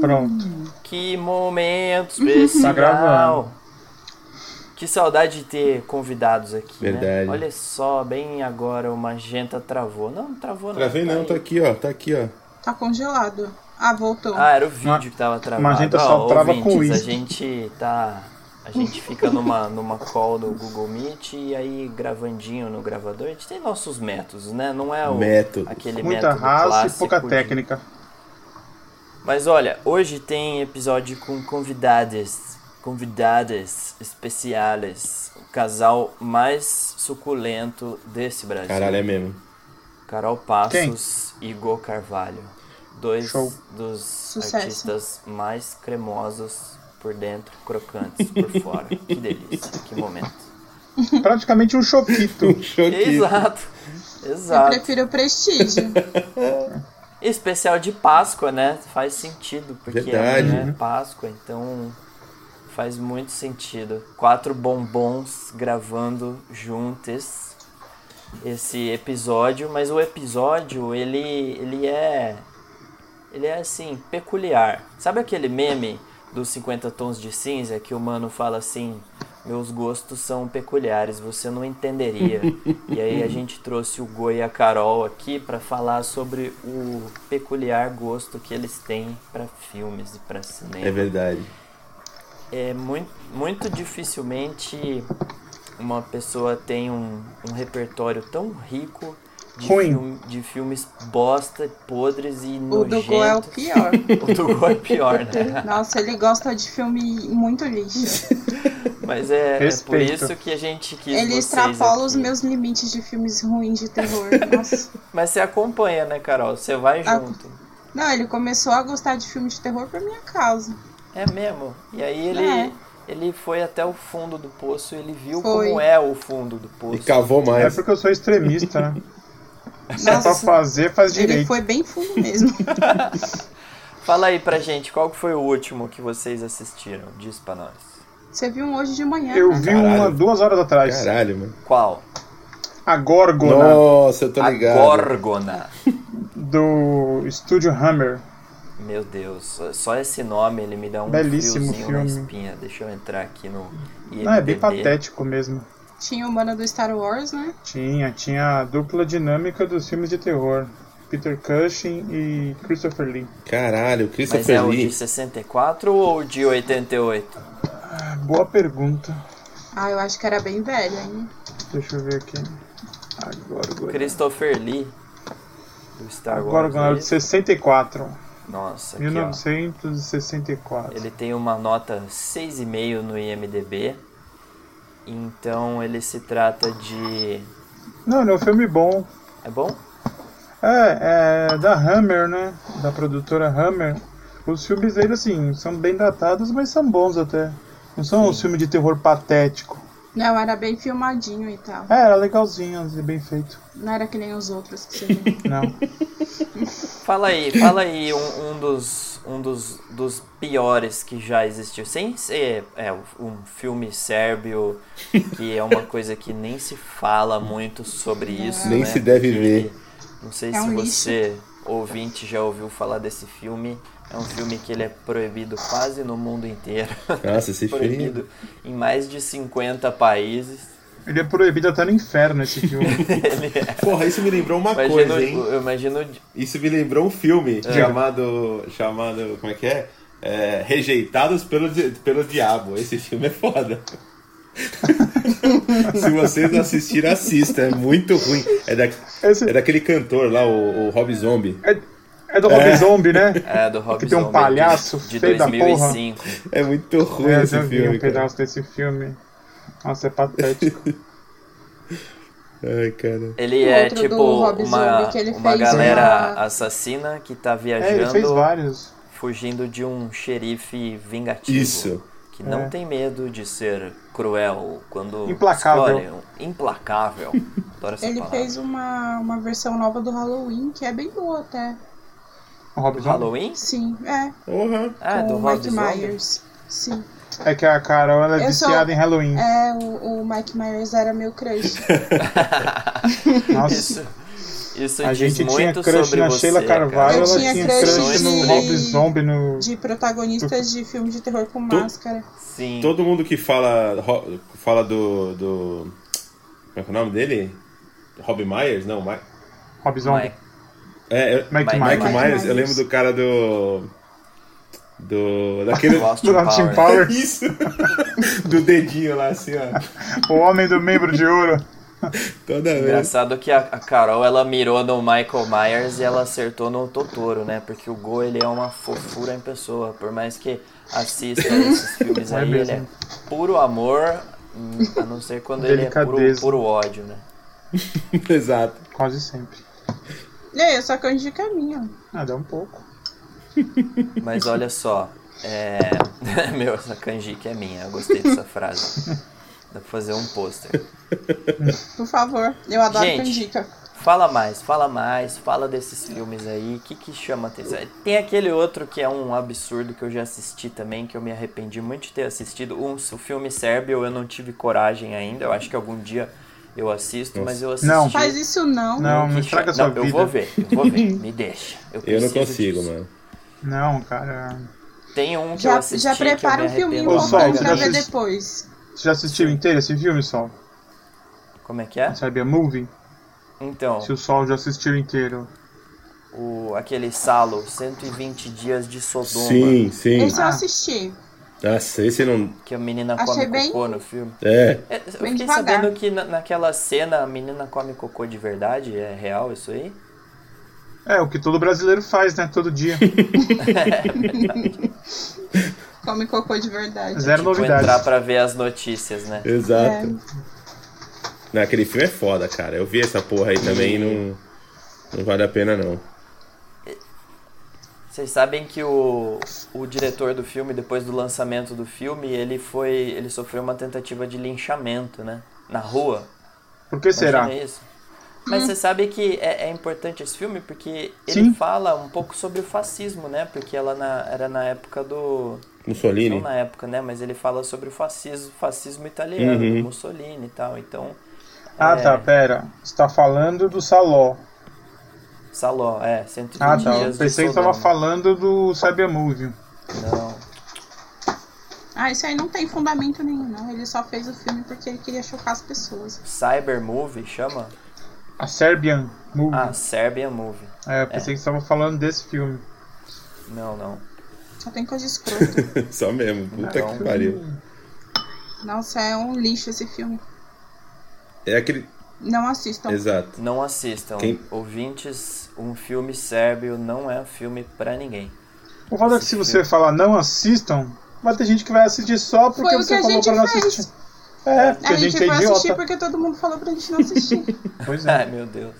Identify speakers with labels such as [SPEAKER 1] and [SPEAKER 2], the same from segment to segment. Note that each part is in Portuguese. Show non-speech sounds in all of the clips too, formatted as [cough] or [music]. [SPEAKER 1] Pronto.
[SPEAKER 2] Que momento especial.
[SPEAKER 1] Uhum. Tá gravando.
[SPEAKER 2] que saudade de ter convidados aqui. né?
[SPEAKER 3] Verdade.
[SPEAKER 2] Olha só, bem agora o Magenta travou. Não, não travou não.
[SPEAKER 3] Travei
[SPEAKER 2] tá
[SPEAKER 3] não,
[SPEAKER 2] aí.
[SPEAKER 3] tá aqui, ó. Tá aqui, ó.
[SPEAKER 4] Tá congelado. Ah, voltou.
[SPEAKER 2] Ah, era o vídeo
[SPEAKER 1] Ma-
[SPEAKER 2] que tava travado.
[SPEAKER 1] Magenta
[SPEAKER 2] Ó,
[SPEAKER 1] só trava com
[SPEAKER 2] ouvintes, A
[SPEAKER 1] isso.
[SPEAKER 2] gente tá. A gente fica numa, numa call no Google Meet e aí gravandinho no gravador. A gente tem nossos métodos, né? Não é o,
[SPEAKER 3] Método.
[SPEAKER 2] aquele
[SPEAKER 1] Muita
[SPEAKER 2] método
[SPEAKER 1] raça e
[SPEAKER 2] clássico
[SPEAKER 1] pouca
[SPEAKER 2] de-
[SPEAKER 1] técnica.
[SPEAKER 2] Mas olha, hoje tem episódio com convidadas, convidadas especiais, o casal mais suculento desse Brasil.
[SPEAKER 3] Caralho, é mesmo. [laughs]
[SPEAKER 2] Carol Passos e Igor Carvalho. Dois
[SPEAKER 1] Show.
[SPEAKER 2] dos
[SPEAKER 4] Sucesso.
[SPEAKER 2] artistas mais cremosos por dentro, crocantes por fora. que delícia, que momento.
[SPEAKER 1] Praticamente um
[SPEAKER 2] [laughs]
[SPEAKER 1] choquito.
[SPEAKER 3] Choquito.
[SPEAKER 2] Exato,
[SPEAKER 4] Eu
[SPEAKER 2] exato.
[SPEAKER 4] prefiro
[SPEAKER 1] [laughs]
[SPEAKER 4] o prestígio.
[SPEAKER 2] Especial de Páscoa, né? Faz sentido, porque
[SPEAKER 3] Verdade,
[SPEAKER 2] é Páscoa, então faz muito sentido. Quatro bombons gravando juntos esse episódio, mas o episódio, ele, ele é ele é assim, peculiar. Sabe aquele meme dos 50 tons de cinza que o mano fala assim: meus gostos são peculiares, você não entenderia. e aí a gente trouxe o Goi e a Carol aqui pra falar sobre o peculiar gosto que eles têm pra filmes e pra
[SPEAKER 3] É
[SPEAKER 2] cinema.
[SPEAKER 3] verdade.
[SPEAKER 2] É, muito, muito dificilmente uma pessoa tem um, um repertório tão rico de,
[SPEAKER 1] Ruim.
[SPEAKER 2] filme- de filmes bosta, podres e
[SPEAKER 4] o
[SPEAKER 2] nojentos.
[SPEAKER 4] do Go é o pior.
[SPEAKER 2] [laughs] O do gol é pior, né?
[SPEAKER 4] Nossa, ele gosta de filme muito
[SPEAKER 1] [laughs]
[SPEAKER 4] lixo.
[SPEAKER 2] Mas é, é por
[SPEAKER 1] Respeito.
[SPEAKER 2] isso que a gente quis.
[SPEAKER 4] Ele
[SPEAKER 2] vocês
[SPEAKER 4] extrapola
[SPEAKER 2] aqui.
[SPEAKER 4] os meus limites de filmes ruins de
[SPEAKER 1] [laughs]
[SPEAKER 4] terror. Nossa.
[SPEAKER 2] Mas você acompanha, né, Carol? Você vai
[SPEAKER 4] Ah.
[SPEAKER 2] junto.
[SPEAKER 4] Não, ele começou a gostar de filme de terror por minha causa.
[SPEAKER 2] É mesmo. E aí ele,
[SPEAKER 4] É.
[SPEAKER 2] ele foi até o fundo do poço ele viu
[SPEAKER 4] Foi.
[SPEAKER 2] como é o fundo do
[SPEAKER 3] E
[SPEAKER 2] poço.
[SPEAKER 3] cavou
[SPEAKER 1] É
[SPEAKER 3] mais.
[SPEAKER 1] porque eu sou extremista, né? Se é pra
[SPEAKER 4] Nossa,
[SPEAKER 1] fazer, faz
[SPEAKER 4] ele
[SPEAKER 1] direito.
[SPEAKER 4] foi bem
[SPEAKER 1] [laughs]
[SPEAKER 4] fundo mesmo.
[SPEAKER 2] Fala aí pra gente, qual que foi o último que vocês assistiram? Diz pra nós.
[SPEAKER 4] Você viu um hoje de manhã,
[SPEAKER 1] Eu
[SPEAKER 4] né?
[SPEAKER 1] vi
[SPEAKER 3] Caralho.
[SPEAKER 1] uma duas horas atrás.
[SPEAKER 3] Caralho, mano.
[SPEAKER 2] Qual?
[SPEAKER 1] A Górgona,
[SPEAKER 3] Nossa, eu tô
[SPEAKER 2] A
[SPEAKER 3] ligado.
[SPEAKER 2] Górgona.
[SPEAKER 1] do Estúdio Hammer.
[SPEAKER 2] Meu Deus, só esse nome ele me dá um
[SPEAKER 1] Belíssimo
[SPEAKER 2] friozinho na
[SPEAKER 1] filme.
[SPEAKER 2] espinha. Deixa eu entrar aqui no IMDb.
[SPEAKER 1] Não, é bem patético mesmo.
[SPEAKER 4] Tinha o mano do Star Wars, né?
[SPEAKER 1] Tinha, tinha a dupla dinâmica dos filmes de terror. Peter Cushing e Christopher Lee.
[SPEAKER 3] Caralho,
[SPEAKER 2] Mas
[SPEAKER 3] Christopher
[SPEAKER 2] é o
[SPEAKER 3] Lee.
[SPEAKER 2] de 64 ou o de 88?
[SPEAKER 1] Ah, Boa pergunta.
[SPEAKER 4] Ah, eu acho que era bem velha, hein?
[SPEAKER 1] Deixa eu ver aqui. Agora, agora.
[SPEAKER 2] Christopher Lee do Star Wars.
[SPEAKER 1] Agora, agora,
[SPEAKER 2] né?
[SPEAKER 1] de 64.
[SPEAKER 2] Nossa, aqui, ó.
[SPEAKER 1] 1964.
[SPEAKER 2] ele tem uma nota 6,5 no IMDb. Então ele se trata de.
[SPEAKER 1] Não, ele é um filme bom.
[SPEAKER 2] É bom?
[SPEAKER 1] É, é da Hammer, né? Da produtora Hammer. Os filmes dele, assim, são bem datados, mas são bons até. Não são um filme de terror patético.
[SPEAKER 4] Não, era bem filmadinho e tal.
[SPEAKER 1] É, era legalzinho, assim, bem feito.
[SPEAKER 4] Não era que nem os outros que você viu.
[SPEAKER 3] [laughs]
[SPEAKER 1] Não.
[SPEAKER 2] Fala aí, fala aí um, um dos, um dos, dos piores que já existiu. Sem ser é, um filme sérbio, que é uma coisa que nem se fala muito sobre isso.
[SPEAKER 3] Nem
[SPEAKER 2] né?
[SPEAKER 3] se deve
[SPEAKER 2] Que-
[SPEAKER 3] ver.
[SPEAKER 2] Não sei
[SPEAKER 4] É
[SPEAKER 2] se
[SPEAKER 4] um lixo.
[SPEAKER 2] você, ouvinte, já ouviu falar desse filme. É um filme que ele é proibido quase no mundo inteiro.
[SPEAKER 3] Nossa, esse filme.
[SPEAKER 2] é proibido em mais de 50 países.
[SPEAKER 1] Ele é proibido até no inferno, esse
[SPEAKER 3] [laughs]
[SPEAKER 1] filme.
[SPEAKER 2] Ele é.
[SPEAKER 3] Porra, isso me lembrou uma
[SPEAKER 2] Imagino-
[SPEAKER 3] coisa, hein?
[SPEAKER 2] eu imagino de-
[SPEAKER 3] Isso me lembrou um filme
[SPEAKER 2] É.
[SPEAKER 3] chamado. chamado. como é que é? É, Rejeitados pelo, Di- pelo Diabo. Esse filme é foda. [laughs] Se vocês não assistiram, assista. É muito ruim. É, da,
[SPEAKER 1] Esse-
[SPEAKER 3] é daquele cantor lá, o, o Rob Zombie.
[SPEAKER 1] É do Rob Zombie, né?
[SPEAKER 3] [laughs]
[SPEAKER 2] é, do Rob
[SPEAKER 1] Que tem um
[SPEAKER 2] Zombie
[SPEAKER 1] palhaço
[SPEAKER 2] de, de
[SPEAKER 1] feio da porra.
[SPEAKER 2] 2005.
[SPEAKER 3] É muito ruim
[SPEAKER 1] É, eu
[SPEAKER 3] esse
[SPEAKER 1] já vi
[SPEAKER 3] filme.
[SPEAKER 1] um
[SPEAKER 3] Cara.
[SPEAKER 1] pedaço desse filme. Nossa, é
[SPEAKER 2] [laughs]
[SPEAKER 1] patético.
[SPEAKER 3] Ai, cara.
[SPEAKER 2] Ele
[SPEAKER 4] O
[SPEAKER 2] é
[SPEAKER 4] outro do
[SPEAKER 2] tipo
[SPEAKER 4] Rob
[SPEAKER 2] uma,
[SPEAKER 4] Zombie que ele
[SPEAKER 2] uma
[SPEAKER 4] fez
[SPEAKER 2] galera
[SPEAKER 4] uma-
[SPEAKER 2] assassina que
[SPEAKER 1] É,
[SPEAKER 2] tá
[SPEAKER 1] ele fez
[SPEAKER 2] viajando
[SPEAKER 1] vários.
[SPEAKER 2] fugindo de um xerife
[SPEAKER 3] Tipo.
[SPEAKER 2] vingativo.
[SPEAKER 3] Isso.
[SPEAKER 2] que não
[SPEAKER 1] É.
[SPEAKER 2] tem medo de ser cruel quando
[SPEAKER 1] Implacável.
[SPEAKER 2] escolhe um- implacável. Adoro essa
[SPEAKER 4] Ele
[SPEAKER 2] palavra.
[SPEAKER 4] fez uma, uma versão nova do Halloween, que é bem boa até.
[SPEAKER 1] O Rob Zombie.
[SPEAKER 2] Halloween?
[SPEAKER 4] Sim, é.
[SPEAKER 3] Porra.
[SPEAKER 2] Ah, é
[SPEAKER 4] com
[SPEAKER 2] do
[SPEAKER 4] o
[SPEAKER 2] Rob [laughs]
[SPEAKER 4] Mike
[SPEAKER 2] Zombie.
[SPEAKER 4] Myers. Sim.
[SPEAKER 1] É que a Carol ela é
[SPEAKER 4] Eu sou-
[SPEAKER 1] viciada em Halloween.
[SPEAKER 4] É, o, o Mike Myers era meu crush.
[SPEAKER 1] Nossa.
[SPEAKER 2] Isso, Isso
[SPEAKER 1] A
[SPEAKER 2] diz
[SPEAKER 1] gente
[SPEAKER 2] muito
[SPEAKER 1] tinha crush
[SPEAKER 2] sobre
[SPEAKER 1] na
[SPEAKER 2] você,
[SPEAKER 1] Sheila
[SPEAKER 2] cara.
[SPEAKER 1] Carvalho,
[SPEAKER 4] Eu
[SPEAKER 1] ela
[SPEAKER 4] tinha
[SPEAKER 1] tinha
[SPEAKER 4] crush
[SPEAKER 1] crush no
[SPEAKER 4] de-
[SPEAKER 1] Rob Zombie, no.
[SPEAKER 2] [laughs]
[SPEAKER 4] De protagonistas de filme de terror com máscara.
[SPEAKER 2] Sim.
[SPEAKER 3] Todo mundo que fala, ro- fala do, do. Como é que é o nome dele? Rob Myers? Não, Mike.
[SPEAKER 1] Rob Zombie.
[SPEAKER 2] Mike,
[SPEAKER 3] É, eu-
[SPEAKER 1] Mike
[SPEAKER 2] Mike
[SPEAKER 3] Mike
[SPEAKER 1] Myers.
[SPEAKER 4] Myers.
[SPEAKER 3] Myers, eu lembro do cara do. Do. Daquele. [laughs]
[SPEAKER 2] do Austin
[SPEAKER 1] Do Austin
[SPEAKER 2] Powers.
[SPEAKER 1] Power,
[SPEAKER 3] Isso! do dedinho lá assim, ó.
[SPEAKER 1] o Tipo, homem do membro de ouro.
[SPEAKER 3] Toda vez.
[SPEAKER 2] Engraçado que a, a Carol, ela mirou no Michael Myers e ela acertou no Totoro, né? Porque o Go, ele é uma fofura em pessoa. Por mais que
[SPEAKER 1] [laughs]
[SPEAKER 2] assista esses filmes
[SPEAKER 1] É
[SPEAKER 2] aí, ele é
[SPEAKER 1] mesmo.
[SPEAKER 2] puro amor, hum, a não ser quando ele é puro,
[SPEAKER 1] Delicadeza.
[SPEAKER 2] puro ódio, né?
[SPEAKER 3] Exato.
[SPEAKER 1] Quase sempre.
[SPEAKER 4] E aí, eu só que eu indico a minha.
[SPEAKER 1] Ah, dá um pouco.
[SPEAKER 2] Mas olha só, é... [laughs] Meu, essa canjica é minha, eu gostei dessa frase. Dá pra fazer um pôster.
[SPEAKER 4] Por favor. Eu adoro
[SPEAKER 2] Gente.
[SPEAKER 4] canjica.
[SPEAKER 2] Fala mais, fala mais, fala desses filmes aí, o que, que chama atenção? Tem aquele outro que é um absurdo que eu já assisti também, que eu me arrependi muito de ter assistido. Um, o filme Sérbio eu não tive coragem ainda, eu acho que algum dia eu assisto, mas eu assisti.
[SPEAKER 1] Não.
[SPEAKER 4] Faz isso
[SPEAKER 1] Não,
[SPEAKER 4] não.
[SPEAKER 2] Que
[SPEAKER 1] não
[SPEAKER 2] chama-
[SPEAKER 1] estraga sua
[SPEAKER 2] não, Eu
[SPEAKER 1] vida.
[SPEAKER 2] vou ver, eu vou
[SPEAKER 1] [laughs]
[SPEAKER 2] ver, me deixa. Eu,
[SPEAKER 3] Eu não
[SPEAKER 2] preciso
[SPEAKER 3] consigo,
[SPEAKER 2] disso.
[SPEAKER 3] mano.
[SPEAKER 1] Não, cara.
[SPEAKER 2] Tem um que eu
[SPEAKER 4] Já,
[SPEAKER 2] assisti
[SPEAKER 4] já
[SPEAKER 2] que eu me
[SPEAKER 4] prepara um filminho
[SPEAKER 2] arrependo
[SPEAKER 1] Ô, Sol,
[SPEAKER 4] bom
[SPEAKER 2] amargamente.
[SPEAKER 1] você já
[SPEAKER 4] pra ver
[SPEAKER 1] assist-
[SPEAKER 4] depois.
[SPEAKER 1] Você já assistiu inteiro esse filme, Sol?
[SPEAKER 2] Como é que é?
[SPEAKER 1] Sabe a movie?
[SPEAKER 2] Então,
[SPEAKER 1] Se o Sol já assistiu inteiro.
[SPEAKER 2] o, aquele Salo, 120 dias de Sodoma,
[SPEAKER 3] Sim, sim.
[SPEAKER 4] Esse eu
[SPEAKER 1] Ah.
[SPEAKER 4] assisti.
[SPEAKER 1] é
[SPEAKER 3] Nossa, esse não.
[SPEAKER 2] que a menina
[SPEAKER 4] Achei
[SPEAKER 2] come
[SPEAKER 4] bem-
[SPEAKER 2] cocô no filme.
[SPEAKER 3] É.
[SPEAKER 2] É, Eu fiquei
[SPEAKER 4] devagar.
[SPEAKER 2] sabendo que na- naquela cena a menina come cocô de verdade, é real isso aí?
[SPEAKER 1] É, o que todo brasileiro faz, né? Todo dia.
[SPEAKER 4] Come cocô de verdade.
[SPEAKER 1] Zero
[SPEAKER 2] Vou
[SPEAKER 1] novidade.
[SPEAKER 2] Tipo, entrar pra ver as notícias, né?
[SPEAKER 3] Exato.
[SPEAKER 4] É.
[SPEAKER 3] Não, aquele filme é foda, cara. Eu vi essa porra aí também e não. Não vale a pena, não.
[SPEAKER 2] Vocês sabem que o, o diretor do filme, depois do lançamento do filme, ele foi. ele sofreu uma tentativa de linchamento, né? Na rua.
[SPEAKER 1] Por
[SPEAKER 2] [laughs]
[SPEAKER 1] que será?
[SPEAKER 2] Imagina isso. Mas você sabe que é, é importante esse filme porque ele
[SPEAKER 1] Sim.
[SPEAKER 2] fala um pouco sobre o fascismo, né? Porque ela na- era na época do. Não
[SPEAKER 3] Mussolini.
[SPEAKER 2] na época, né? Mas ele fala sobre o fascismo, fascismo italiano,
[SPEAKER 3] Uhum.
[SPEAKER 2] do Mussolini e tal. Então,
[SPEAKER 1] Ah,
[SPEAKER 2] É.
[SPEAKER 1] tá, pera. Você tá falando do Saló.
[SPEAKER 2] Saló, é, 120
[SPEAKER 1] Ah, tá. Eu
[SPEAKER 2] dias de
[SPEAKER 1] pensei que você tava
[SPEAKER 2] Sodoma.
[SPEAKER 1] falando do Sabe a Movie.
[SPEAKER 2] Não.
[SPEAKER 4] Ah, isso aí não tem fundamento nenhum, não. Ele só fez o filme porque ele queria chocar as pessoas.
[SPEAKER 2] Cyber Movie chama?
[SPEAKER 1] A Serbian Movie.
[SPEAKER 2] Ah, Serbian Movie.
[SPEAKER 1] é, eu pensei que você tava falando desse filme.
[SPEAKER 2] Não, não.
[SPEAKER 4] Só tem coisa escrota.
[SPEAKER 3] [laughs] Só mesmo. Puta
[SPEAKER 2] Não.
[SPEAKER 3] que pariu.
[SPEAKER 4] Nossa, é um lixo esse filme.
[SPEAKER 3] É aquele.
[SPEAKER 4] Não
[SPEAKER 2] Então.
[SPEAKER 4] assistam.
[SPEAKER 3] Exato.
[SPEAKER 2] Não assistam.
[SPEAKER 3] Quem-
[SPEAKER 2] Ouvintes, um filme sérbio não é um filme pra ninguém.
[SPEAKER 1] O fato é que se você falar não assistam, vai ter gente que vai assistir só porque
[SPEAKER 4] Foi o que
[SPEAKER 1] você
[SPEAKER 4] a
[SPEAKER 1] falou
[SPEAKER 4] gente
[SPEAKER 1] pra não
[SPEAKER 4] fez.
[SPEAKER 1] assistir. É, porque
[SPEAKER 4] A gente
[SPEAKER 1] é
[SPEAKER 4] foi assistir
[SPEAKER 1] idiota.
[SPEAKER 4] tipo, porque todo mundo falou pra gente não
[SPEAKER 1] [laughs]
[SPEAKER 4] assistir.
[SPEAKER 1] Pois é.
[SPEAKER 2] [laughs] Ai, meu Deus.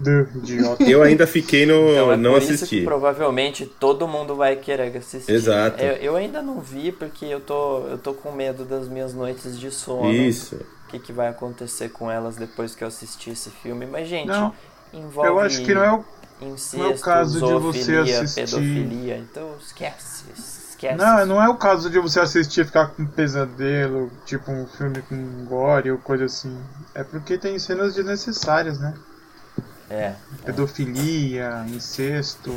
[SPEAKER 1] Du, idiota.
[SPEAKER 3] Eu ainda fiquei no.
[SPEAKER 2] Então, é
[SPEAKER 3] não
[SPEAKER 2] por Isso
[SPEAKER 3] assisti.
[SPEAKER 2] que provavelmente todo mundo vai querer assistir.
[SPEAKER 3] Exato.
[SPEAKER 2] Eu, eu ainda não vi porque eu tô, eu tô com medo das minhas noites de sono.
[SPEAKER 3] Isso.
[SPEAKER 2] O que, que vai acontecer com elas depois que eu assistir esse filme. Mas, gente,
[SPEAKER 1] Não,
[SPEAKER 2] envolve.
[SPEAKER 1] eu acho que não é o.
[SPEAKER 2] incesto,
[SPEAKER 1] Não é o caso de você
[SPEAKER 2] zoofilia,
[SPEAKER 1] assistir.
[SPEAKER 2] pedofilia, então esquece, esquece.
[SPEAKER 1] Não, não é o caso de você assistir e ficar com pesadelo, tipo um filme com gore ou coisa assim. É porque tem cenas desnecessárias, né?
[SPEAKER 2] É.
[SPEAKER 1] Pedofilia, incesto.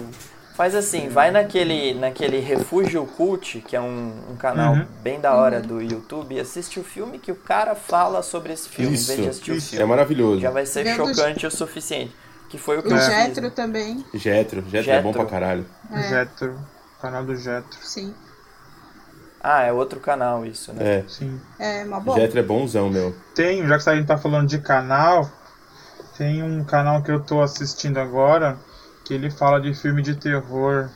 [SPEAKER 2] Faz assim, vai naquele, naquele Refúgio Cult, que é um, um canal
[SPEAKER 1] Uhum.
[SPEAKER 2] bem da hora do YouTube, e assiste o filme que o cara fala sobre esse filme, em vez de assistir
[SPEAKER 3] Isso.
[SPEAKER 2] o
[SPEAKER 3] É
[SPEAKER 2] filme.
[SPEAKER 3] maravilhoso.
[SPEAKER 2] Já vai ser
[SPEAKER 4] Meu Deus.
[SPEAKER 2] chocante o suficiente. Que foi o que eu
[SPEAKER 4] O Jetro
[SPEAKER 2] fiz. né?
[SPEAKER 4] também.
[SPEAKER 3] Jetro. Jetro é bom pra
[SPEAKER 2] Jetro.
[SPEAKER 3] caralho.
[SPEAKER 4] É.
[SPEAKER 1] É. Jetro. Canal do Jetro,
[SPEAKER 4] Sim.
[SPEAKER 2] Ah, é outro canal isso, né?
[SPEAKER 3] É.
[SPEAKER 1] sim.
[SPEAKER 4] É mó bom.
[SPEAKER 3] Jetro é bonzão, meu.
[SPEAKER 1] Tem, já que a gente tá falando de canal, tem um canal que eu tô assistindo agora que ele fala de filme de terror,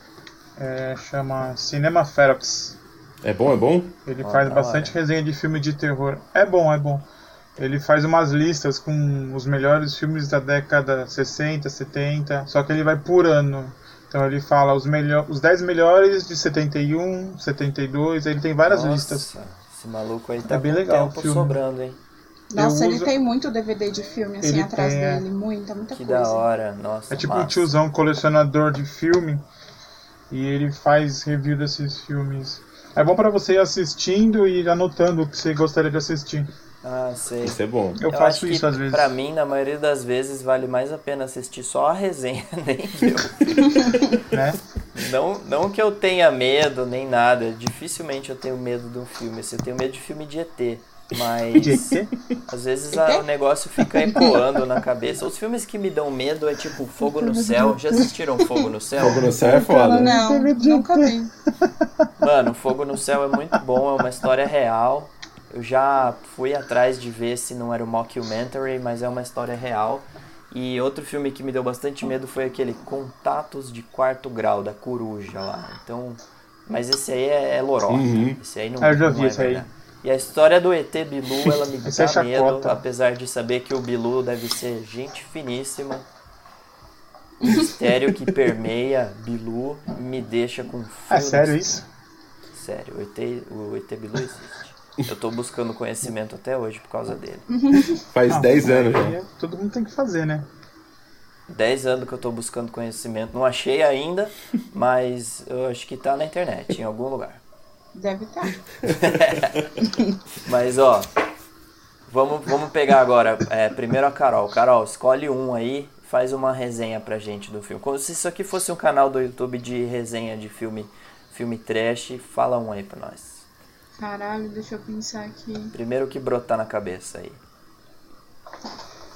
[SPEAKER 1] é, chama Cinema Ferox.
[SPEAKER 3] É bom, é bom?
[SPEAKER 1] Ele
[SPEAKER 2] Ó,
[SPEAKER 1] faz
[SPEAKER 2] da
[SPEAKER 1] bastante resenha de filme de terror. É bom, é bom. Ele faz umas listas com os melhores filmes da década 60, 70, só que ele vai por ano. Então ele fala os, melhor, os 10 melhores de 71, 72, ele tem várias
[SPEAKER 2] Nossa,
[SPEAKER 1] listas. É
[SPEAKER 2] Esse maluco aí tá
[SPEAKER 1] bem
[SPEAKER 2] com
[SPEAKER 1] legal o
[SPEAKER 2] tempo
[SPEAKER 1] filme.
[SPEAKER 2] sobrando, hein?
[SPEAKER 4] Nossa,
[SPEAKER 1] Eu
[SPEAKER 4] ele
[SPEAKER 1] uso-
[SPEAKER 4] tem muito DVD de filme assim
[SPEAKER 1] Ele
[SPEAKER 4] atrás
[SPEAKER 1] tem, é.
[SPEAKER 4] dele. Muita, muita
[SPEAKER 2] Que
[SPEAKER 4] coisa.
[SPEAKER 2] da hora, nossa.
[SPEAKER 1] É tipo um
[SPEAKER 2] massa.
[SPEAKER 1] tiozão colecionador de filme e ele faz review desses filmes. É bom pra você ir assistindo e anotando o que você gostaria de assistir.
[SPEAKER 2] Ah, sei.
[SPEAKER 3] Isso é bom.
[SPEAKER 1] Eu,
[SPEAKER 2] Eu
[SPEAKER 1] faço
[SPEAKER 2] acho
[SPEAKER 1] isso
[SPEAKER 2] que,
[SPEAKER 1] às vezes.
[SPEAKER 2] Pra mim, na maioria das vezes, vale mais a pena assistir só a resenha, [laughs] nem eu. [laughs]
[SPEAKER 1] né?
[SPEAKER 2] Não, não que eu tenha medo, nem nada. Dificilmente eu tenho medo de um filme. assim, Eu tenho medo de filme de ET. Mas
[SPEAKER 1] De-
[SPEAKER 2] às vezes a- o negócio fica ecoando na cabeça. Os filmes que me dão medo é tipo Fogo no Céu. Já assistiram Fogo no Céu?
[SPEAKER 3] Fogo no céu
[SPEAKER 1] Então,
[SPEAKER 3] é foda. né?
[SPEAKER 4] Não, nunca vi.
[SPEAKER 2] Mano, Fogo no Céu é muito bom, é uma história real. Eu já fui atrás de ver se não era um mockumentary, mas é uma história real. E outro filme que me deu bastante medo foi aquele Contatos de Quarto Grau, da Coruja lá. Então, mas esse aí é, é lorota.
[SPEAKER 3] Uhum.
[SPEAKER 2] Esse aí não,
[SPEAKER 1] Ah, eu já
[SPEAKER 2] não
[SPEAKER 1] vi
[SPEAKER 2] é
[SPEAKER 1] esse aí.
[SPEAKER 2] verdade. E a história do ET Bilu, ela me
[SPEAKER 1] Esse é
[SPEAKER 2] dá medo,
[SPEAKER 1] chacota.
[SPEAKER 2] apesar de saber que o Bilu deve ser gente finíssima. O mistério que permeia Bilu me deixa com frio
[SPEAKER 1] É
[SPEAKER 2] no
[SPEAKER 1] sério isso?
[SPEAKER 2] Sério, o ET, o ET Bilu existe. Eu tô buscando conhecimento até hoje por causa dele.
[SPEAKER 3] Faz
[SPEAKER 1] Não,
[SPEAKER 3] 10 anos
[SPEAKER 1] aí
[SPEAKER 3] já.
[SPEAKER 1] é- Todo mundo tem que fazer, né?
[SPEAKER 2] Dez anos que eu tô buscando conhecimento. Não achei ainda, mas eu acho que tá na internet, em algum lugar.
[SPEAKER 4] Deve estar.
[SPEAKER 2] Mas ó, vamos, vamos pegar agora. é, primeiro a Carol. Carol, escolhe um aí, faz uma resenha pra gente do filme. Como se isso aqui fosse um canal do YouTube de resenha de filme, filme trash, fala um aí pra nós.
[SPEAKER 4] Caralho, deixa eu pensar aqui.
[SPEAKER 2] Primeiro que brotar na cabeça aí.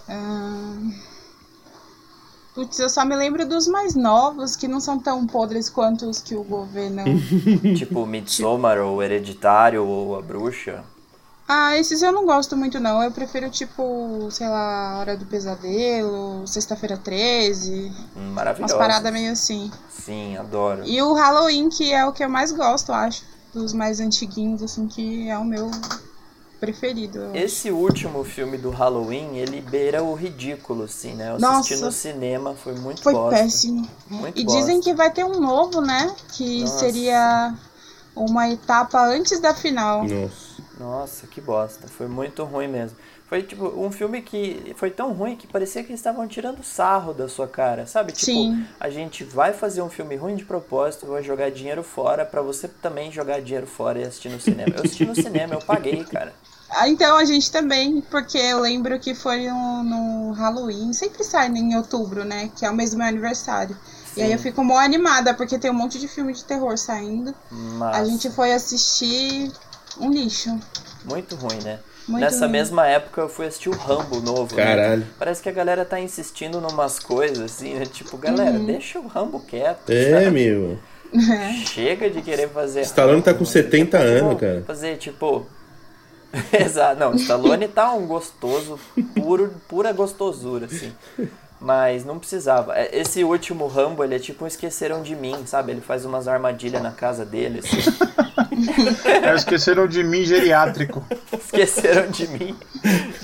[SPEAKER 4] Ahn. Putz, eu só me lembro dos mais novos, que não são tão podres quanto os que
[SPEAKER 1] [laughs]
[SPEAKER 4] o governo.
[SPEAKER 2] Tipo Midsommar ou Hereditário ou A Bruxa.
[SPEAKER 4] ah, esses eu não gosto muito, não. Eu prefiro, tipo, sei lá, Hora do Pesadelo, Sexta-feira 13,
[SPEAKER 2] Hum,
[SPEAKER 4] umas
[SPEAKER 2] Maravilhosa.
[SPEAKER 4] paradas meio assim.
[SPEAKER 2] Sim, adoro.
[SPEAKER 4] E o Halloween, que é o que eu mais gosto, eu acho. Dos mais antiguinhos, assim, que é o meu preferido. eu acho.
[SPEAKER 2] Esse último filme do Halloween, ele beira o ridículo, assim, né? Eu assisti
[SPEAKER 4] Nossa.
[SPEAKER 2] no cinema, foi muito
[SPEAKER 4] Foi
[SPEAKER 2] bosta.
[SPEAKER 4] péssimo.
[SPEAKER 2] Muito
[SPEAKER 4] E
[SPEAKER 2] bosta.
[SPEAKER 4] dizem que vai ter um novo, né? Que
[SPEAKER 2] Nossa.
[SPEAKER 4] seria uma etapa antes da final.
[SPEAKER 3] Nossa.
[SPEAKER 2] Nossa, que bosta. Foi muito ruim mesmo. Foi tipo um filme que foi tão ruim que parecia que eles estavam tirando sarro da sua cara, sabe? Tipo,
[SPEAKER 4] Sim.
[SPEAKER 2] a gente vai fazer um filme ruim de propósito, vai jogar dinheiro fora pra você também jogar dinheiro fora e assistir no cinema. Eu
[SPEAKER 4] [laughs]
[SPEAKER 2] assisti no cinema, eu paguei, cara.
[SPEAKER 4] Ah, Então a gente também, porque eu lembro que foi no, no Halloween, sempre sai em outubro, né? Que é o mês do meu aniversário. E aí eu
[SPEAKER 2] Sim.
[SPEAKER 4] fico mó animada, porque tem um monte de filme de terror saindo.
[SPEAKER 2] Mas...
[SPEAKER 4] A gente foi assistir um lixo.
[SPEAKER 2] Muito ruim, né?
[SPEAKER 4] Muito
[SPEAKER 2] Nessa
[SPEAKER 4] ruim.
[SPEAKER 2] mesma época eu fui assistir o Rambo novo. né?
[SPEAKER 3] Caralho.
[SPEAKER 2] Parece que a galera tá insistindo numas coisas assim, né? Tipo, galera, deixa o Rambo quieto.
[SPEAKER 3] Uhum. É, meu.
[SPEAKER 4] [laughs]
[SPEAKER 2] Chega de querer fazer.
[SPEAKER 3] Stallone tá com 70
[SPEAKER 2] Vamos
[SPEAKER 3] anos, cara.
[SPEAKER 2] Fazer tipo. [laughs] Exato, não, Stallone tá um gostoso, puro, pura gostosura, assim. Mas não precisava. É, Esse último Rambo, ele é tipo um esqueceram de mim, sabe? Ele faz umas armadilhas na casa dele, assim. [laughs]
[SPEAKER 1] É, esqueceram de mim geriátrico.
[SPEAKER 2] Esqueceram de mim.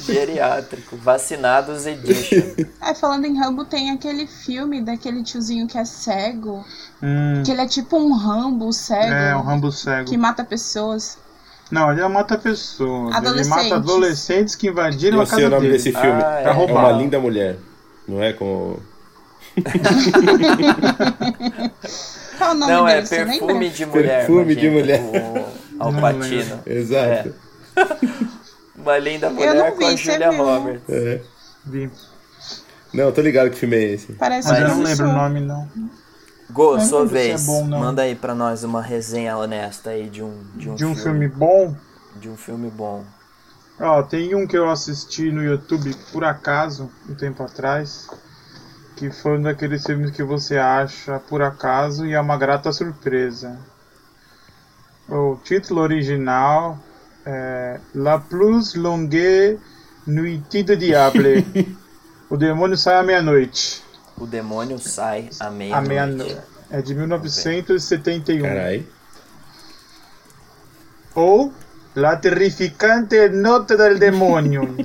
[SPEAKER 2] Geriátrico. Vacinados Edition.
[SPEAKER 4] Aí É, falando em Rambo, tem aquele filme daquele tiozinho que é cego.
[SPEAKER 1] Hum,
[SPEAKER 4] Que ele é tipo um Rambo cego.
[SPEAKER 1] é, um Rambo
[SPEAKER 4] Que
[SPEAKER 1] cego.
[SPEAKER 4] mata pessoas.
[SPEAKER 1] Não, ele é mata pessoas. Ele
[SPEAKER 4] Adolescentes.
[SPEAKER 1] mata adolescentes que invadiram
[SPEAKER 3] Eu
[SPEAKER 1] a
[SPEAKER 3] sei o
[SPEAKER 1] casa
[SPEAKER 3] nome
[SPEAKER 1] dele.
[SPEAKER 3] desse filme.
[SPEAKER 2] Ah, é.
[SPEAKER 3] é uma
[SPEAKER 1] Roubaram.
[SPEAKER 3] linda mulher. Não é com.
[SPEAKER 4] Qual é o nome
[SPEAKER 2] Não,
[SPEAKER 4] dele?
[SPEAKER 2] é
[SPEAKER 4] você lembra?
[SPEAKER 2] perfume de mulher.
[SPEAKER 3] Perfume de
[SPEAKER 2] imagina,
[SPEAKER 3] mulher.
[SPEAKER 2] com o Al
[SPEAKER 1] Não
[SPEAKER 2] Pacino.
[SPEAKER 3] [laughs] Exato.
[SPEAKER 2] Uma linda
[SPEAKER 4] não
[SPEAKER 2] mulher
[SPEAKER 4] vi,
[SPEAKER 2] com a
[SPEAKER 4] você
[SPEAKER 2] Julia
[SPEAKER 4] viu, né?
[SPEAKER 2] Roberts.
[SPEAKER 3] É.
[SPEAKER 1] Vi.
[SPEAKER 3] Não, tô ligado que filme é esse.
[SPEAKER 4] Parece
[SPEAKER 1] Mas eu
[SPEAKER 4] que
[SPEAKER 1] não
[SPEAKER 4] isso-
[SPEAKER 1] lembro o nome, não.
[SPEAKER 2] Go, sua
[SPEAKER 1] lembro se é
[SPEAKER 2] vez.
[SPEAKER 1] bom, não.
[SPEAKER 2] Manda aí pra nós uma resenha honesta aí de um, de um,
[SPEAKER 1] De um filme bom.
[SPEAKER 2] De um filme bom.
[SPEAKER 1] Ó, tem um que eu assisti no YouTube por acaso, um tempo atrás, que foi um daqueles filmes que você acha por acaso e é uma grata surpresa. O título original é La plus longue nuit de diable. o demônio sai à meia-noite.
[SPEAKER 2] O demônio sai à
[SPEAKER 1] À
[SPEAKER 2] meia-noite.
[SPEAKER 1] meia-noite. É de 1971.
[SPEAKER 3] Caralho.
[SPEAKER 1] Ou La terrificante nota del demônio.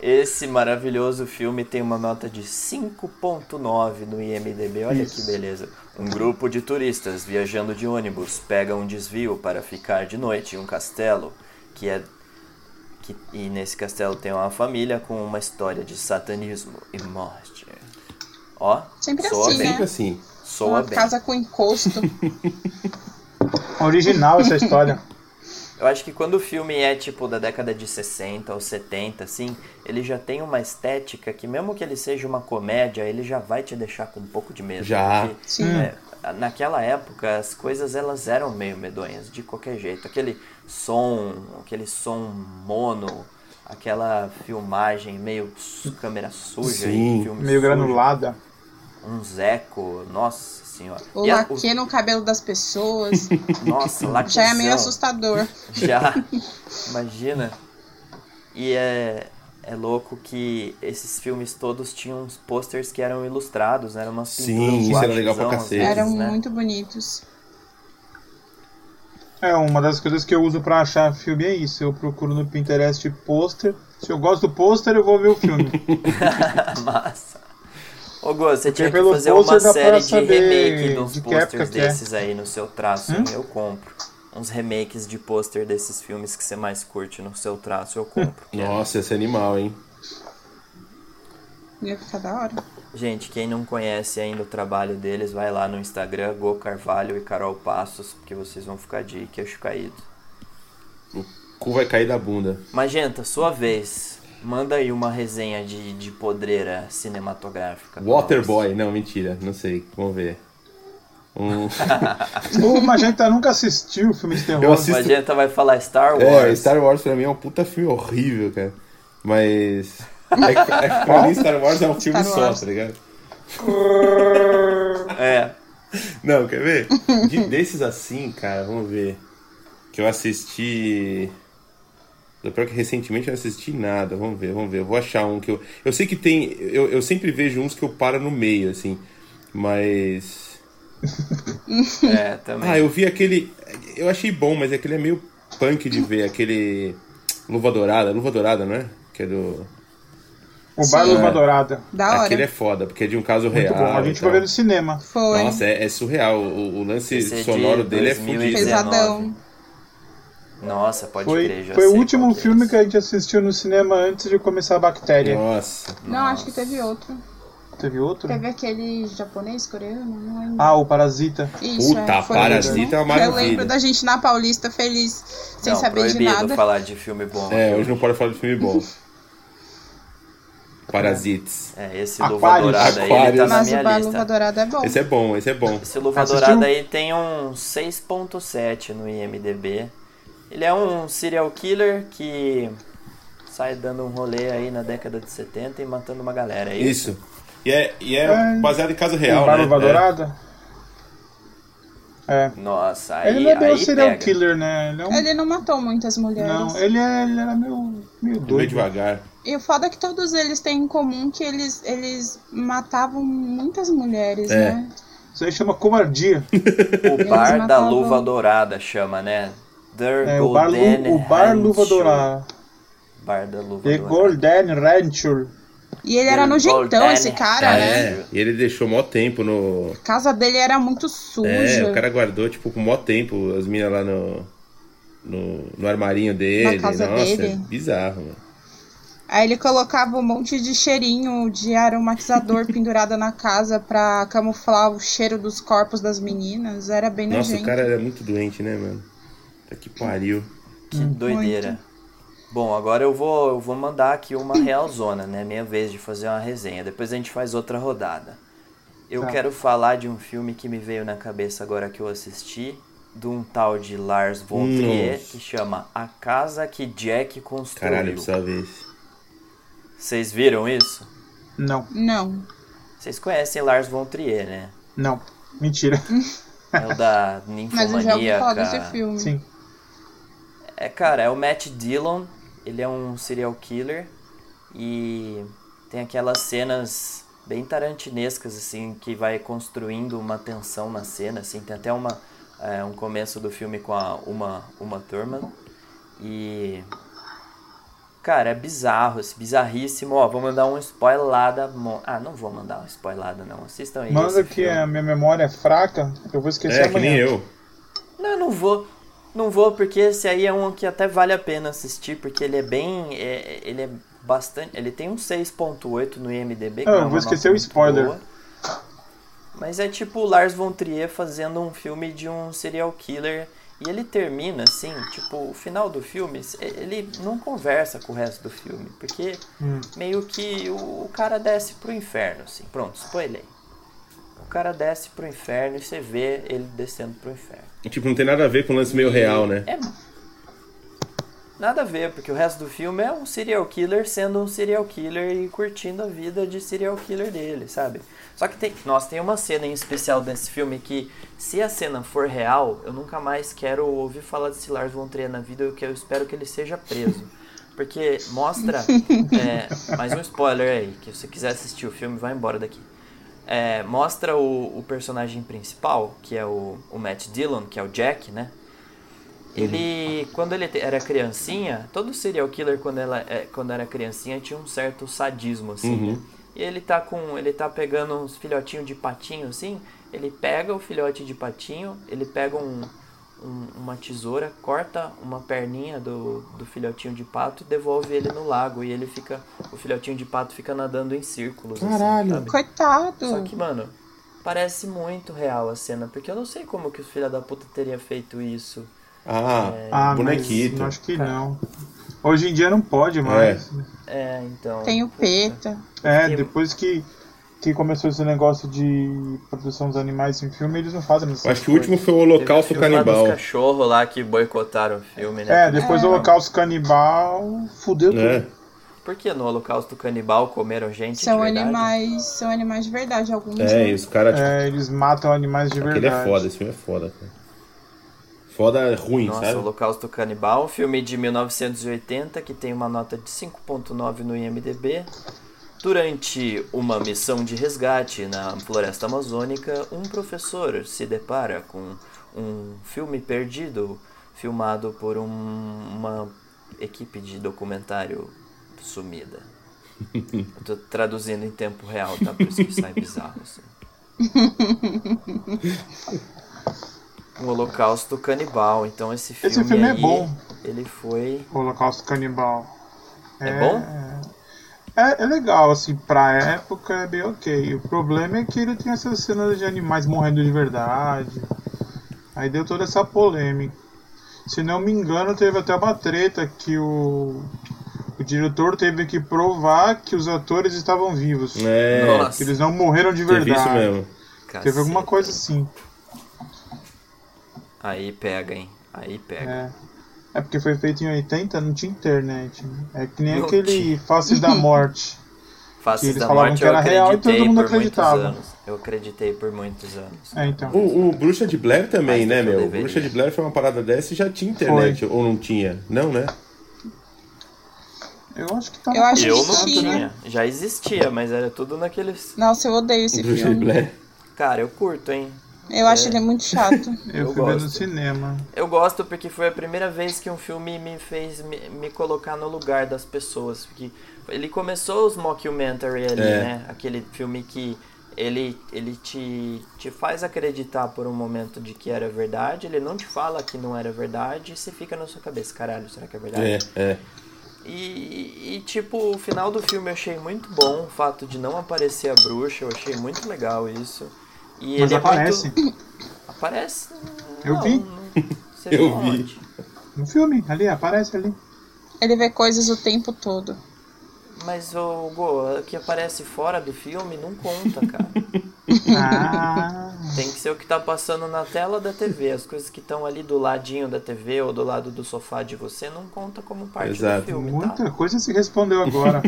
[SPEAKER 2] Esse maravilhoso filme tem uma nota de 5.9 no IMDB. Olha
[SPEAKER 1] Isso.
[SPEAKER 2] que beleza. Um grupo de turistas viajando de ônibus pega um desvio para ficar de noite em um castelo que é que, e nesse castelo tem uma família com uma história de satanismo e morte. Ó,
[SPEAKER 4] Sempre
[SPEAKER 2] soa bem,
[SPEAKER 4] assim, né?
[SPEAKER 3] Sempre assim.
[SPEAKER 2] soa
[SPEAKER 4] Uma
[SPEAKER 1] [laughs]
[SPEAKER 2] bem.
[SPEAKER 4] casa com encosto.
[SPEAKER 1] Original essa história.
[SPEAKER 2] Eu acho que quando o filme é tipo da década de 60 ou 70, assim, ele já tem uma estética que, mesmo que ele seja uma comédia, ele já vai te deixar com um pouco de medo.
[SPEAKER 3] Já.
[SPEAKER 2] Porque,
[SPEAKER 4] Sim.
[SPEAKER 2] é, naquela época, as coisas elas eram meio medonhas, de qualquer jeito. Aquele som, aquele som mono, aquela filmagem meio s- câmera suja,
[SPEAKER 3] Sim.
[SPEAKER 2] e filme
[SPEAKER 1] Meio
[SPEAKER 2] sujo,
[SPEAKER 1] granulada.
[SPEAKER 2] um zeco, nossa senhora.
[SPEAKER 4] O
[SPEAKER 1] Hum.
[SPEAKER 2] E a-
[SPEAKER 4] laque no cabelo
[SPEAKER 2] [laughs]
[SPEAKER 4] das pessoas.
[SPEAKER 2] o- nossa,
[SPEAKER 4] [laughs] já é meio
[SPEAKER 2] laquezão.
[SPEAKER 4] assustador.
[SPEAKER 2] Já. Imagina. E é, é louco que esses filmes todos tinham uns posters que eram ilustrados, né? Eram umas
[SPEAKER 3] Sim,
[SPEAKER 2] pinturas
[SPEAKER 3] isso era legal pra
[SPEAKER 2] guaxezão, às
[SPEAKER 3] cacete.
[SPEAKER 2] vezes, [laughs]
[SPEAKER 4] Eram
[SPEAKER 2] né?
[SPEAKER 4] muito bonitos.
[SPEAKER 1] É, uma das coisas que eu uso pra achar filme é isso. Eu procuro no Pinterest pôster. Se eu gosto do pôster, eu vou ver o filme.
[SPEAKER 2] Massa. Ô, Gô, você tinha que
[SPEAKER 1] pelo
[SPEAKER 2] fazer uma
[SPEAKER 1] pôster dá pra
[SPEAKER 2] série de
[SPEAKER 1] saber
[SPEAKER 2] remake de uns
[SPEAKER 1] de que época
[SPEAKER 2] posters
[SPEAKER 1] que é.
[SPEAKER 2] desses aí no seu traço,
[SPEAKER 1] Hum?
[SPEAKER 2] eu compro. Uns remakes de pôster desses filmes que você mais curte no seu traço, eu compro.
[SPEAKER 3] Nossa, esse animal, hein?
[SPEAKER 4] Ia ficar da hora.
[SPEAKER 2] Gente, quem não conhece ainda o trabalho deles, vai lá no Instagram, Go Carvalho e Carol Passos, porque vocês vão ficar de queixo caído.
[SPEAKER 3] O cu vai cair da bunda.
[SPEAKER 2] Magenta, sua vez. Manda aí uma resenha de, de podreira cinematográfica.
[SPEAKER 3] Waterboy, não, mentira, não sei, vamos ver. Um...
[SPEAKER 1] o Magenta tá nunca assistiu filme de terror.
[SPEAKER 3] Eu assisto-
[SPEAKER 2] Magenta vai falar Star Wars.
[SPEAKER 3] É, Star Wars pra mim é um puta filme horrível, cara. Mas. É que, é que pra mim Star Wars é um filme
[SPEAKER 4] Star Wars.
[SPEAKER 3] só, tá ligado?
[SPEAKER 2] É.
[SPEAKER 3] Não, quer ver?
[SPEAKER 4] [laughs]
[SPEAKER 3] De- desses assim, cara, vamos ver. Que eu assisti. O pior é que recentemente eu não assisti nada. Vamos ver, vamos ver. Eu vou achar um que eu. Eu sei que tem. Eu, eu sempre vejo uns que eu paro no meio, assim. Mas.
[SPEAKER 2] É, também.
[SPEAKER 3] Ah, eu vi aquele. Eu achei bom, mas aquele é meio punk de ver. Aquele. Luva Dourada. Luva Dourada, não é? Que é do.
[SPEAKER 1] O Bairro
[SPEAKER 4] Sim.
[SPEAKER 1] Luma Dourada.
[SPEAKER 4] Da hora.
[SPEAKER 3] Aquele é foda, porque é de um caso
[SPEAKER 1] Muito
[SPEAKER 3] real.
[SPEAKER 1] bom. A gente
[SPEAKER 3] então.
[SPEAKER 1] vai ver no cinema.
[SPEAKER 4] Foi.
[SPEAKER 3] Nossa, é, é surreal. O, o lance
[SPEAKER 2] Esse é de
[SPEAKER 3] sonoro dele é
[SPEAKER 2] 2019.
[SPEAKER 3] fudido.
[SPEAKER 4] Pesadão.
[SPEAKER 2] Nossa, pode crer,
[SPEAKER 1] Foi,
[SPEAKER 2] já
[SPEAKER 1] foi
[SPEAKER 2] sei
[SPEAKER 1] o
[SPEAKER 2] qual
[SPEAKER 1] último
[SPEAKER 2] é
[SPEAKER 1] filme
[SPEAKER 2] esse.
[SPEAKER 1] que a gente assistiu no cinema antes de começar a bactéria.
[SPEAKER 3] Nossa.
[SPEAKER 2] é
[SPEAKER 4] Não, acho que teve outro.
[SPEAKER 1] Teve outro?
[SPEAKER 4] Teve aquele japonês, coreano, não lembro.
[SPEAKER 1] Ah, o Parasita.
[SPEAKER 4] Isso,
[SPEAKER 3] Puta,
[SPEAKER 4] é, foi
[SPEAKER 3] Parasita
[SPEAKER 4] mesmo.
[SPEAKER 3] é uma
[SPEAKER 4] Eu
[SPEAKER 3] maravilha.
[SPEAKER 4] lembro da gente na Paulista feliz, sem
[SPEAKER 2] Não,
[SPEAKER 4] saber de
[SPEAKER 2] proibido
[SPEAKER 4] nada.
[SPEAKER 2] falar de filme bom.
[SPEAKER 3] É, hoje não pode falar de filme bom. [laughs] Parasites.
[SPEAKER 2] É, esse
[SPEAKER 1] Aquários.
[SPEAKER 2] Luva Dourada aí, ele tá
[SPEAKER 3] Aquários.
[SPEAKER 2] na
[SPEAKER 4] Mas o
[SPEAKER 2] minha
[SPEAKER 4] Baluva
[SPEAKER 2] lista.
[SPEAKER 4] Dourada é bom.
[SPEAKER 3] Esse é bom, esse é bom.
[SPEAKER 2] Esse Luva
[SPEAKER 1] Assistiu?
[SPEAKER 2] Dourada aí tem um 6.7 no IMDB. Ele é um serial killer que sai dando um rolê aí na década de 70 e matando uma galera. É isso?
[SPEAKER 3] Isso. E é, e é
[SPEAKER 1] É.
[SPEAKER 3] baseado em caso
[SPEAKER 1] o
[SPEAKER 3] real,
[SPEAKER 1] Bairro Luma
[SPEAKER 3] né?
[SPEAKER 1] Dourada. É.
[SPEAKER 2] Nossa, aí,
[SPEAKER 1] ele não é bem um
[SPEAKER 2] aí
[SPEAKER 1] serial
[SPEAKER 2] pega.
[SPEAKER 1] killer, né? Ele é um...
[SPEAKER 4] Ele não matou muitas mulheres.
[SPEAKER 1] Não, ele, é, ele era meio, meio
[SPEAKER 3] É, meio
[SPEAKER 1] doido.
[SPEAKER 3] devagar.
[SPEAKER 4] E o foda é que todos eles têm em comum que eles, eles matavam muitas mulheres,
[SPEAKER 3] É.
[SPEAKER 4] né?
[SPEAKER 1] Isso aí chama covardia.
[SPEAKER 2] O bar da
[SPEAKER 4] matavam-
[SPEAKER 2] luva dourada chama, né? Der
[SPEAKER 1] É, o bar,
[SPEAKER 2] né?
[SPEAKER 1] Lu- o bar Luva Dourada.
[SPEAKER 2] Bar da luva
[SPEAKER 3] né?
[SPEAKER 1] The
[SPEAKER 2] dourada.
[SPEAKER 1] Golden Rancher.
[SPEAKER 4] E ele era
[SPEAKER 2] Ele é
[SPEAKER 4] nojentão,
[SPEAKER 2] Golden,
[SPEAKER 4] esse cara,
[SPEAKER 3] Ah,
[SPEAKER 4] né?
[SPEAKER 3] é. E ele deixou mó tempo no.
[SPEAKER 4] A casa dele era muito suja.
[SPEAKER 3] É, o cara guardou, tipo, com mó tempo as minas lá no. No, no armarinho dele.
[SPEAKER 4] casa
[SPEAKER 3] Nossa,
[SPEAKER 4] dele.
[SPEAKER 3] é bizarro, mano.
[SPEAKER 4] Aí ele colocava um monte de cheirinho de aromatizador [laughs] pendurado na casa pra camuflar o cheiro dos corpos das meninas. Era bem
[SPEAKER 3] Nossa,
[SPEAKER 4] nojento.
[SPEAKER 3] o cara é era muito doente, né, mano? Tá que pariu.
[SPEAKER 2] Que doideira. Bom, agora eu vou, eu vou mandar aqui uma realzona, né? Minha vez de fazer uma resenha. Depois a gente faz outra rodada. Eu
[SPEAKER 1] Tá.
[SPEAKER 2] quero falar de um filme que me veio na cabeça agora que eu assisti, de um tal de Lars von Trier,
[SPEAKER 3] Nossa.
[SPEAKER 2] que chama A Casa que Jack Construiu.
[SPEAKER 3] Caralho, eu precisava ver esse.
[SPEAKER 4] é-
[SPEAKER 2] Vocês viram isso?
[SPEAKER 1] Não,
[SPEAKER 4] Não.
[SPEAKER 2] Vocês conhecem Lars von Trier, né?
[SPEAKER 1] não.
[SPEAKER 2] [laughs]
[SPEAKER 1] Mentira.
[SPEAKER 2] É o da
[SPEAKER 4] [laughs] Mas eu já ouvi
[SPEAKER 2] ninfomaníaca.
[SPEAKER 4] falar desse filme.
[SPEAKER 1] Sim.
[SPEAKER 2] É, cara, é o Matt Dillon. Ele é um serial killer. E tem aquelas cenas bem tarantinescas, assim, que vai construindo uma tensão na cena, assim. Tem até uma, é, um começo do filme com a uma, uma turma. E... Cara, é bizarro, esse bizarríssimo. Ó, vou mandar um spoilada. mo- Ah, não vou mandar um spoilada, não. Assistam aí. É esse
[SPEAKER 1] Manda que
[SPEAKER 2] filme.
[SPEAKER 1] a minha memória é fraca, eu vou esquecer
[SPEAKER 3] É, que
[SPEAKER 1] amanhã.
[SPEAKER 3] nem eu.
[SPEAKER 2] Não, não vou. Não vou, porque esse aí é um que até vale a pena assistir, porque ele é bem. é- ele é bastante. Ele tem um 6.8 no IMDB. que
[SPEAKER 1] Ah,
[SPEAKER 2] não é
[SPEAKER 1] eu vou
[SPEAKER 2] uma
[SPEAKER 1] esquecer
[SPEAKER 2] nota
[SPEAKER 1] o
[SPEAKER 2] muito
[SPEAKER 1] spoiler.
[SPEAKER 2] boa. Mas é tipo o Lars von Trier fazendo um filme de um serial killer E ele termina assim, tipo, o final do filme, é, ele não conversa com o resto do filme, porque
[SPEAKER 1] Hum.
[SPEAKER 2] meio que o, o cara desce pro inferno, assim. Pronto, spoilei. O cara desce pro inferno e você vê ele descendo pro inferno.
[SPEAKER 3] Tipo, não tem nada a ver com um lance meio real, né?
[SPEAKER 2] É. Nada a ver, porque o resto do filme é um serial killer sendo um serial killer e curtindo a vida de serial killer dele, sabe? Só que tem. Nossa, tem uma cena em especial desse filme que, se a cena for real, eu nunca mais quero ouvir falar desse Lars von Trier na vida, que eu espero que ele seja preso. Porque mostra. é, mais um spoiler aí, que se você quiser assistir o filme, vai embora daqui. É, mostra o, o personagem principal, que é o, o Matt Dillon, que é o Jack, né? Ele, quando ele te- era criancinha, todo serial killer quando, ela, é, quando era criancinha tinha um certo sadismo, assim, né? E ele tá com, ele tá pegando uns filhotinhos de patinho, assim, ele pega o filhote de patinho, ele pega um, um- uma tesoura, corta uma perninha do, do filhotinho de pato e devolve ele no lago, e ele fica, o filhotinho de pato fica nadando em círculos, assim,
[SPEAKER 3] Caralho.
[SPEAKER 2] sabe?
[SPEAKER 4] Coitado.
[SPEAKER 2] Só que, mano, parece muito real a cena, porque eu não sei como que os filha da puta teria feito isso. É,
[SPEAKER 3] Ah,
[SPEAKER 1] Ah,
[SPEAKER 3] bonequito.
[SPEAKER 1] mas não acho que
[SPEAKER 2] Tá.
[SPEAKER 1] não. Hoje em dia não pode mais.
[SPEAKER 2] É, então.
[SPEAKER 4] Tem um o
[SPEAKER 2] puta.
[SPEAKER 4] Peta.
[SPEAKER 1] É,
[SPEAKER 2] Porque-
[SPEAKER 1] depois que, que começou esse negócio de produção dos animais em filme, eles não fazem mais.
[SPEAKER 3] Eu acho que o último foi o Holocausto
[SPEAKER 2] Teve a filme lá
[SPEAKER 3] Canibal.
[SPEAKER 2] Dos cachorros lá que boicotaram o filme, né?
[SPEAKER 1] É, depois do Holocausto Canibal, fudeu tudo.
[SPEAKER 3] Né?
[SPEAKER 2] Por que no Holocausto Canibal comeram gente
[SPEAKER 4] São
[SPEAKER 2] de verdade?
[SPEAKER 4] animais. São animais de verdade, alguns.
[SPEAKER 3] É,
[SPEAKER 4] né?
[SPEAKER 3] e os caras, tipo,
[SPEAKER 1] É, eles matam animais de
[SPEAKER 3] aquele
[SPEAKER 1] verdade.
[SPEAKER 3] é foda, esse filme é foda, cara. Foda ruim,
[SPEAKER 2] Nossa,
[SPEAKER 3] sabe?
[SPEAKER 2] Holocausto Canibal, um filme de 1980 que tem uma nota de 5.9 no IMDb. Durante uma missão de resgate na floresta amazônica, um professor se depara com um filme perdido, filmado por um- uma equipe de documentário sumida. Eu tô traduzindo em tempo real, tá? Por isso que sai bizarro, assim. O Um Holocausto Canibal. Então esse filme,
[SPEAKER 1] Esse filme é
[SPEAKER 2] aí,
[SPEAKER 1] bom.
[SPEAKER 2] ele foi...
[SPEAKER 1] Holocausto Canibal.
[SPEAKER 2] É, bom?
[SPEAKER 1] É, é legal, assim, pra época é bem ok. O problema é que ele tem essas cenas de animais morrendo de verdade. Aí deu toda essa polêmica. Se não me engano, teve até uma treta que o, o diretor teve que provar que os atores estavam vivos.
[SPEAKER 3] É,
[SPEAKER 2] Nossa,
[SPEAKER 1] Que eles não morreram de
[SPEAKER 3] teve
[SPEAKER 1] verdade.
[SPEAKER 3] isso mesmo.
[SPEAKER 1] Teve alguma
[SPEAKER 2] caceta.
[SPEAKER 1] coisa assim.
[SPEAKER 2] Aí pega, hein? Aí pega.
[SPEAKER 1] É. É porque foi feito em 80, não tinha internet. né? É que nem
[SPEAKER 2] Não
[SPEAKER 1] aquele Faces
[SPEAKER 2] [laughs]
[SPEAKER 1] da Morte. Que
[SPEAKER 2] Faces
[SPEAKER 1] eles
[SPEAKER 2] da
[SPEAKER 1] falavam
[SPEAKER 2] Morte
[SPEAKER 1] que
[SPEAKER 2] eu
[SPEAKER 1] era real e todo mundo
[SPEAKER 2] acreditei por muitos
[SPEAKER 1] acreditava.
[SPEAKER 2] anos. Eu acreditei por muitos anos.
[SPEAKER 1] É, então.
[SPEAKER 3] O, o Bruxa de Blair também,
[SPEAKER 2] Mas
[SPEAKER 3] né,
[SPEAKER 2] eu
[SPEAKER 3] meu?
[SPEAKER 2] deveria.
[SPEAKER 3] Bruxa de Blair foi uma parada dessa e já tinha internet, ou não tinha? Não, né?
[SPEAKER 1] Eu acho que tá né?
[SPEAKER 4] Eu acho que né?
[SPEAKER 2] Eu não
[SPEAKER 4] Existia.
[SPEAKER 2] tinha. Já existia, mas era tudo naqueles...
[SPEAKER 4] Nossa, eu odeio esse
[SPEAKER 3] Bruxa de
[SPEAKER 4] filme.
[SPEAKER 3] Blair.
[SPEAKER 2] Cara, eu curto, hein?
[SPEAKER 4] Eu
[SPEAKER 2] É.
[SPEAKER 4] acho ele muito chato.
[SPEAKER 1] Eu,
[SPEAKER 2] Eu
[SPEAKER 1] fui ver no
[SPEAKER 2] gosto.
[SPEAKER 1] cinema.
[SPEAKER 2] Eu gosto porque foi a primeira vez que um filme me fez me, me colocar no lugar das pessoas. Porque ele começou os mockumentary ali,
[SPEAKER 3] É.
[SPEAKER 2] né? Aquele filme que ele, ele te, te faz acreditar por um momento de que era verdade, ele não te fala que não era verdade e você fica na sua cabeça, caralho, será que é verdade?
[SPEAKER 3] É, é.
[SPEAKER 2] E, e, tipo, o final do filme eu achei muito bom, o fato de não aparecer a bruxa, eu achei muito legal isso. E
[SPEAKER 1] Mas
[SPEAKER 2] ele é muito-
[SPEAKER 1] aparece
[SPEAKER 2] Aparece?
[SPEAKER 1] Eu
[SPEAKER 2] Não,
[SPEAKER 1] vi.
[SPEAKER 2] não- Você
[SPEAKER 3] Eu
[SPEAKER 2] viu
[SPEAKER 3] vi.
[SPEAKER 2] aonde?
[SPEAKER 1] no filme, ali, aparece ali.
[SPEAKER 4] Ele vê coisas o tempo todo.
[SPEAKER 2] Mas o Go, o que aparece fora do filme não conta, cara.
[SPEAKER 1] Ah,
[SPEAKER 2] Tem que ser o que tá passando na tela da TV. As coisas que estão ali do ladinho da TV ou do lado do sofá de você não conta como parte
[SPEAKER 3] Exato.
[SPEAKER 2] do filme, tá?
[SPEAKER 1] muita coisa se respondeu
[SPEAKER 2] [laughs]
[SPEAKER 1] agora.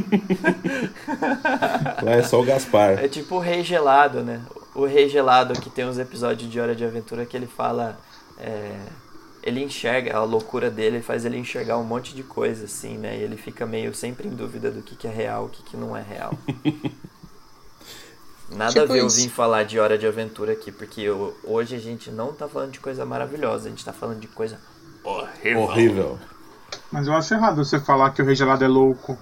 [SPEAKER 3] Lá é só o Gaspar.
[SPEAKER 2] [laughs] É tipo o Rei Gelado, né? O Rei Gelado que tem uns episódios de Hora de Aventura que ele fala. é, Ele enxerga a loucura dele, faz ele enxergar um monte de coisa, assim, né? E ele fica meio sempre em dúvida do que, que é real, o que, que não
[SPEAKER 1] [laughs]
[SPEAKER 2] é real. Nada a
[SPEAKER 4] Tipo
[SPEAKER 2] ver eu
[SPEAKER 4] isso.
[SPEAKER 2] vim falar de Hora de Aventura aqui, porque eu- hoje a gente não tá falando de coisa maravilhosa, a gente tá falando de coisa horrível.
[SPEAKER 3] Horrível.
[SPEAKER 1] Mas eu acho errado você falar que o Rei Gelado é louco.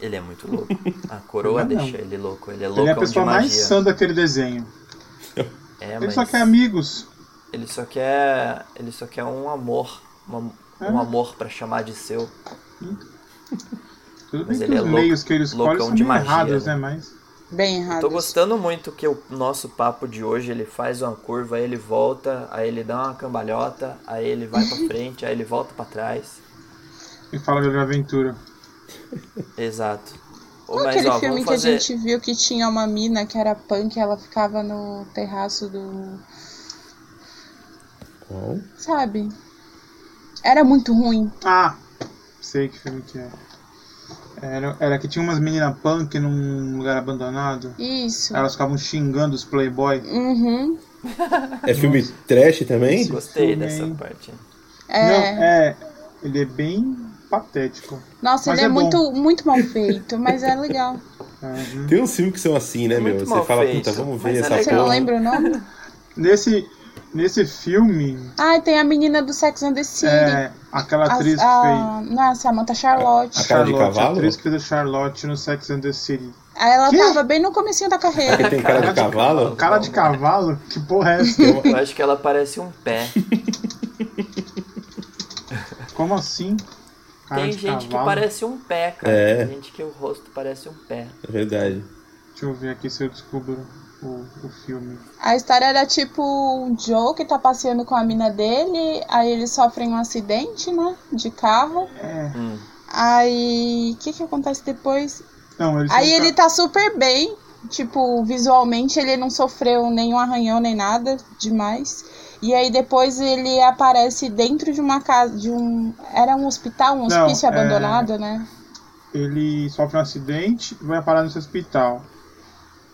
[SPEAKER 2] Ele é muito louco. A coroa
[SPEAKER 1] Não é não.
[SPEAKER 2] deixa ele louco, ele
[SPEAKER 1] Ele é
[SPEAKER 2] é
[SPEAKER 1] a
[SPEAKER 2] louco de
[SPEAKER 1] pessoa mais
[SPEAKER 2] magia.
[SPEAKER 1] sã daquele desenho.
[SPEAKER 2] É,
[SPEAKER 1] Ele
[SPEAKER 2] mas-
[SPEAKER 1] só quer amigos.
[SPEAKER 2] Ele só quer. Ele só quer um amor. uma- um
[SPEAKER 1] É.
[SPEAKER 2] amor pra chamar de seu.
[SPEAKER 1] Tudo bem
[SPEAKER 2] Mas
[SPEAKER 1] que
[SPEAKER 2] ele é
[SPEAKER 1] os
[SPEAKER 2] louco-
[SPEAKER 1] meios que ele escolhe
[SPEAKER 2] é loucão
[SPEAKER 1] são
[SPEAKER 2] de
[SPEAKER 1] meio
[SPEAKER 2] magia,
[SPEAKER 1] errados,
[SPEAKER 2] né?
[SPEAKER 1] né? Mas
[SPEAKER 4] Bem errado.
[SPEAKER 2] Tô gostando muito que o nosso papo de hoje ele faz uma curva, aí ele volta, aí ele dá uma cambalhota, aí ele vai pra frente, aí ele volta pra trás.
[SPEAKER 1] E fala da aventura.
[SPEAKER 2] Exato. Ô,
[SPEAKER 4] Qual
[SPEAKER 2] Mas
[SPEAKER 4] é aquele
[SPEAKER 2] ó,
[SPEAKER 4] filme
[SPEAKER 2] vamos fazer.
[SPEAKER 4] que a gente viu que tinha uma mina que era punk, ela ficava no terraço do.
[SPEAKER 3] Qual?
[SPEAKER 4] Sabe? Era muito ruim.
[SPEAKER 1] Ah, sei que filme que é. Era, era que tinha umas meninas punk num lugar abandonado.
[SPEAKER 4] Isso.
[SPEAKER 1] Elas ficavam xingando os playboy.
[SPEAKER 4] Uhum.
[SPEAKER 3] É filme trash também?
[SPEAKER 2] Gostei
[SPEAKER 1] filme
[SPEAKER 2] dessa
[SPEAKER 1] aí.
[SPEAKER 2] parte.
[SPEAKER 4] É.
[SPEAKER 1] Não, é. Ele é bem patético.
[SPEAKER 4] Nossa,
[SPEAKER 1] Mas
[SPEAKER 4] ele é,
[SPEAKER 1] é bom.
[SPEAKER 4] muito, muito mal feito, mas é legal.
[SPEAKER 1] Uhum.
[SPEAKER 3] Tem uns filmes que são assim, né, meu?
[SPEAKER 2] Muito
[SPEAKER 3] Você
[SPEAKER 2] mal
[SPEAKER 3] fala,
[SPEAKER 2] feito,
[SPEAKER 3] puta,
[SPEAKER 2] mas
[SPEAKER 3] vamos ver
[SPEAKER 2] é
[SPEAKER 3] essa
[SPEAKER 4] Você
[SPEAKER 2] legal.
[SPEAKER 4] não
[SPEAKER 3] porra.
[SPEAKER 4] lembra o nome?
[SPEAKER 1] Nesse, nesse filme,
[SPEAKER 4] Ah, tem a menina do Sex and the City.
[SPEAKER 1] é, aquela
[SPEAKER 4] a,
[SPEAKER 1] atriz
[SPEAKER 4] a, não, a Samantha Charlotte.
[SPEAKER 1] que fez
[SPEAKER 3] cara de
[SPEAKER 1] Charlotte, a
[SPEAKER 3] cavalo?
[SPEAKER 1] atriz que fez a Charlotte no Sex and the City.
[SPEAKER 4] Aí ela
[SPEAKER 1] Quê?
[SPEAKER 4] tava bem no comecinho da
[SPEAKER 3] Que
[SPEAKER 4] carreira.
[SPEAKER 3] tem cara de
[SPEAKER 1] Cara de
[SPEAKER 3] cavalo?
[SPEAKER 1] Cara de cavalo? Que porra é essa?
[SPEAKER 2] Eu acho que ela parece um pé.
[SPEAKER 1] Como assim? Cara
[SPEAKER 2] Tem
[SPEAKER 1] de
[SPEAKER 2] gente que
[SPEAKER 1] cavalo?
[SPEAKER 2] parece um pé, cara.
[SPEAKER 3] É.
[SPEAKER 2] Tem gente que o rosto parece um pé.
[SPEAKER 3] É verdade.
[SPEAKER 1] Deixa eu ver aqui se eu descubro o, o filme.
[SPEAKER 4] A história era tipo um Joe que tá passeando com a mina dele, aí eles sofrem um acidente, né? De carro.
[SPEAKER 1] É.
[SPEAKER 2] Hum.
[SPEAKER 4] Aí. O que que acontece depois?
[SPEAKER 1] Não, ele
[SPEAKER 4] Aí ele tá super bem. Tipo, visualmente ele não sofreu nenhum arranhão nem nada demais. E aí depois ele aparece dentro de uma casa, de um. Era um hospital, um
[SPEAKER 1] Não,
[SPEAKER 4] hospício
[SPEAKER 1] é-
[SPEAKER 4] abandonado, né?
[SPEAKER 1] ele sofre um acidente e vai parar nesse hospital.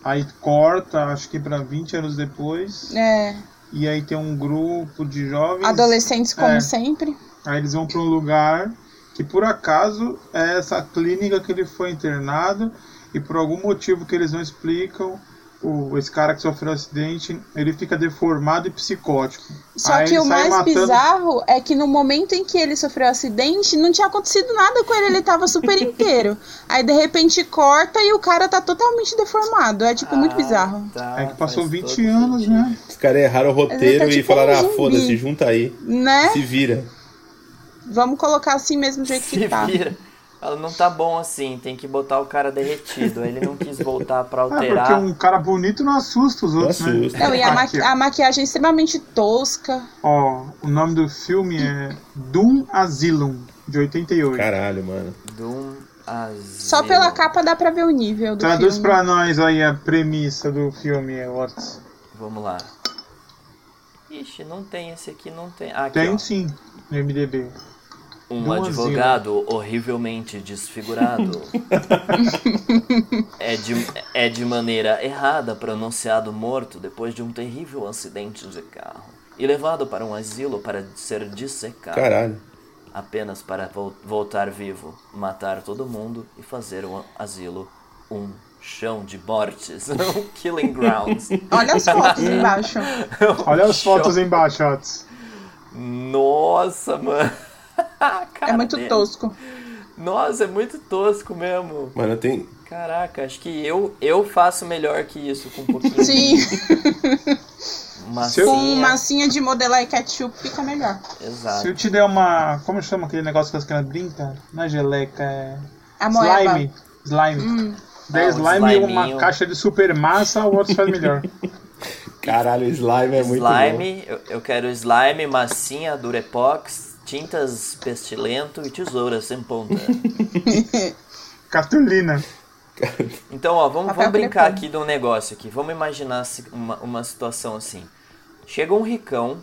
[SPEAKER 1] Aí corta, acho que pra 20 anos depois.
[SPEAKER 4] É,
[SPEAKER 1] E aí tem um grupo de jovens.
[SPEAKER 4] adolescentes como
[SPEAKER 1] É.
[SPEAKER 4] sempre.
[SPEAKER 1] Aí eles vão pra um lugar que por acaso é essa clínica que ele foi internado. E por algum motivo que eles não explicam, o, esse cara que sofreu um acidente, ele fica deformado e psicótico.
[SPEAKER 4] Só
[SPEAKER 1] Aí
[SPEAKER 4] que
[SPEAKER 1] ele
[SPEAKER 4] o
[SPEAKER 1] sai
[SPEAKER 4] mais
[SPEAKER 1] matando-
[SPEAKER 4] bizarro é que no momento em que ele sofreu o acidente, não tinha acontecido nada com ele, ele
[SPEAKER 1] [laughs]
[SPEAKER 4] tava super inteiro. Aí de repente corta e o cara tá totalmente deformado. É tipo muito
[SPEAKER 2] Ah,
[SPEAKER 4] bizarro.
[SPEAKER 2] tá,
[SPEAKER 1] É que passou
[SPEAKER 2] faz
[SPEAKER 1] 20
[SPEAKER 2] todo
[SPEAKER 1] anos,
[SPEAKER 2] sentido.
[SPEAKER 1] né?
[SPEAKER 3] Os caras erraram o
[SPEAKER 4] Ele
[SPEAKER 3] roteiro
[SPEAKER 4] tá
[SPEAKER 3] e
[SPEAKER 4] tipo
[SPEAKER 3] falaram,
[SPEAKER 4] um
[SPEAKER 3] ah,
[SPEAKER 4] zumbi."
[SPEAKER 3] foda-se, junta aí.
[SPEAKER 4] Né?
[SPEAKER 3] Se vira.
[SPEAKER 4] Vamos colocar assim mesmo do jeito
[SPEAKER 2] Se
[SPEAKER 4] que tá.
[SPEAKER 2] vira. Ela não tá bom assim, tem que botar o cara derretido. Aí Ele não quis voltar pra
[SPEAKER 1] É, porque
[SPEAKER 2] alterar.
[SPEAKER 1] um cara bonito não assusta os outros,
[SPEAKER 3] assusta.
[SPEAKER 1] né?
[SPEAKER 4] Não, e a,
[SPEAKER 1] Aqui,
[SPEAKER 4] maqui- a maquiagem é extremamente tosca.
[SPEAKER 1] Ó, o nome do filme é Doom Asylum, de 88.
[SPEAKER 3] Caralho, mano.
[SPEAKER 2] Doom Asylum.
[SPEAKER 4] Só pela capa dá pra ver o nível do
[SPEAKER 1] Traduz
[SPEAKER 4] filme.
[SPEAKER 1] pra nós aí a premissa do filme, Watts.
[SPEAKER 2] Vamos lá. Ixi, não tem esse aqui, não tem. Ah, aqui,
[SPEAKER 1] Tem
[SPEAKER 2] ó.
[SPEAKER 1] sim, no MDB.
[SPEAKER 2] Um
[SPEAKER 1] Duas
[SPEAKER 2] advogado horrivelmente
[SPEAKER 1] [laughs]
[SPEAKER 2] desfigurado é, de, é de maneira errada pronunciado morto depois de um terrível acidente de carro e levado para um asilo para ser dissecado
[SPEAKER 3] Caralho.
[SPEAKER 2] apenas para vol- voltar vivo, matar todo mundo e fazer o asilo um chão de mortes, [laughs] um killing grounds. Um
[SPEAKER 4] Olha as fotos embaixo.
[SPEAKER 1] [laughs] Olha as
[SPEAKER 2] Chão-
[SPEAKER 1] fotos embaixo, Watts.
[SPEAKER 2] Nossa, mano. [laughs] A
[SPEAKER 4] É
[SPEAKER 2] cara
[SPEAKER 4] muito
[SPEAKER 2] dele.
[SPEAKER 1] [laughs]
[SPEAKER 4] tosco.
[SPEAKER 2] Nossa, é muito tosco mesmo.
[SPEAKER 3] Mano, tem.
[SPEAKER 2] Caraca, acho que eu, eu faço melhor que isso com um pouquinho
[SPEAKER 4] Sim,
[SPEAKER 2] de
[SPEAKER 1] Se
[SPEAKER 2] massinha.
[SPEAKER 1] eu-
[SPEAKER 4] com massinha de modelar e ketchup fica melhor.
[SPEAKER 1] Se
[SPEAKER 2] Exato.
[SPEAKER 1] eu te der uma. Como chama aquele negócio que as crianças brincam? Na geleca. É...
[SPEAKER 4] A moeba. [laughs] Hum.
[SPEAKER 1] Slime. Slime.
[SPEAKER 2] Ah, um
[SPEAKER 1] 10 slime e uma
[SPEAKER 2] sliminho.
[SPEAKER 1] caixa de super massa, o Watts faz
[SPEAKER 2] [laughs]
[SPEAKER 1] melhor.
[SPEAKER 3] Caralho, slime é muito bom.
[SPEAKER 2] Slime, eu, eu quero slime, massinha, durepox, tintas pestilento e tesoura sem ponta.
[SPEAKER 1] Catulina.
[SPEAKER 2] Então, ó, vamos,
[SPEAKER 4] Papel
[SPEAKER 2] vamos brincar
[SPEAKER 4] crepom.
[SPEAKER 2] aqui de um negócio aqui. Vamos imaginar se- uma, uma situação assim. Chega um ricão,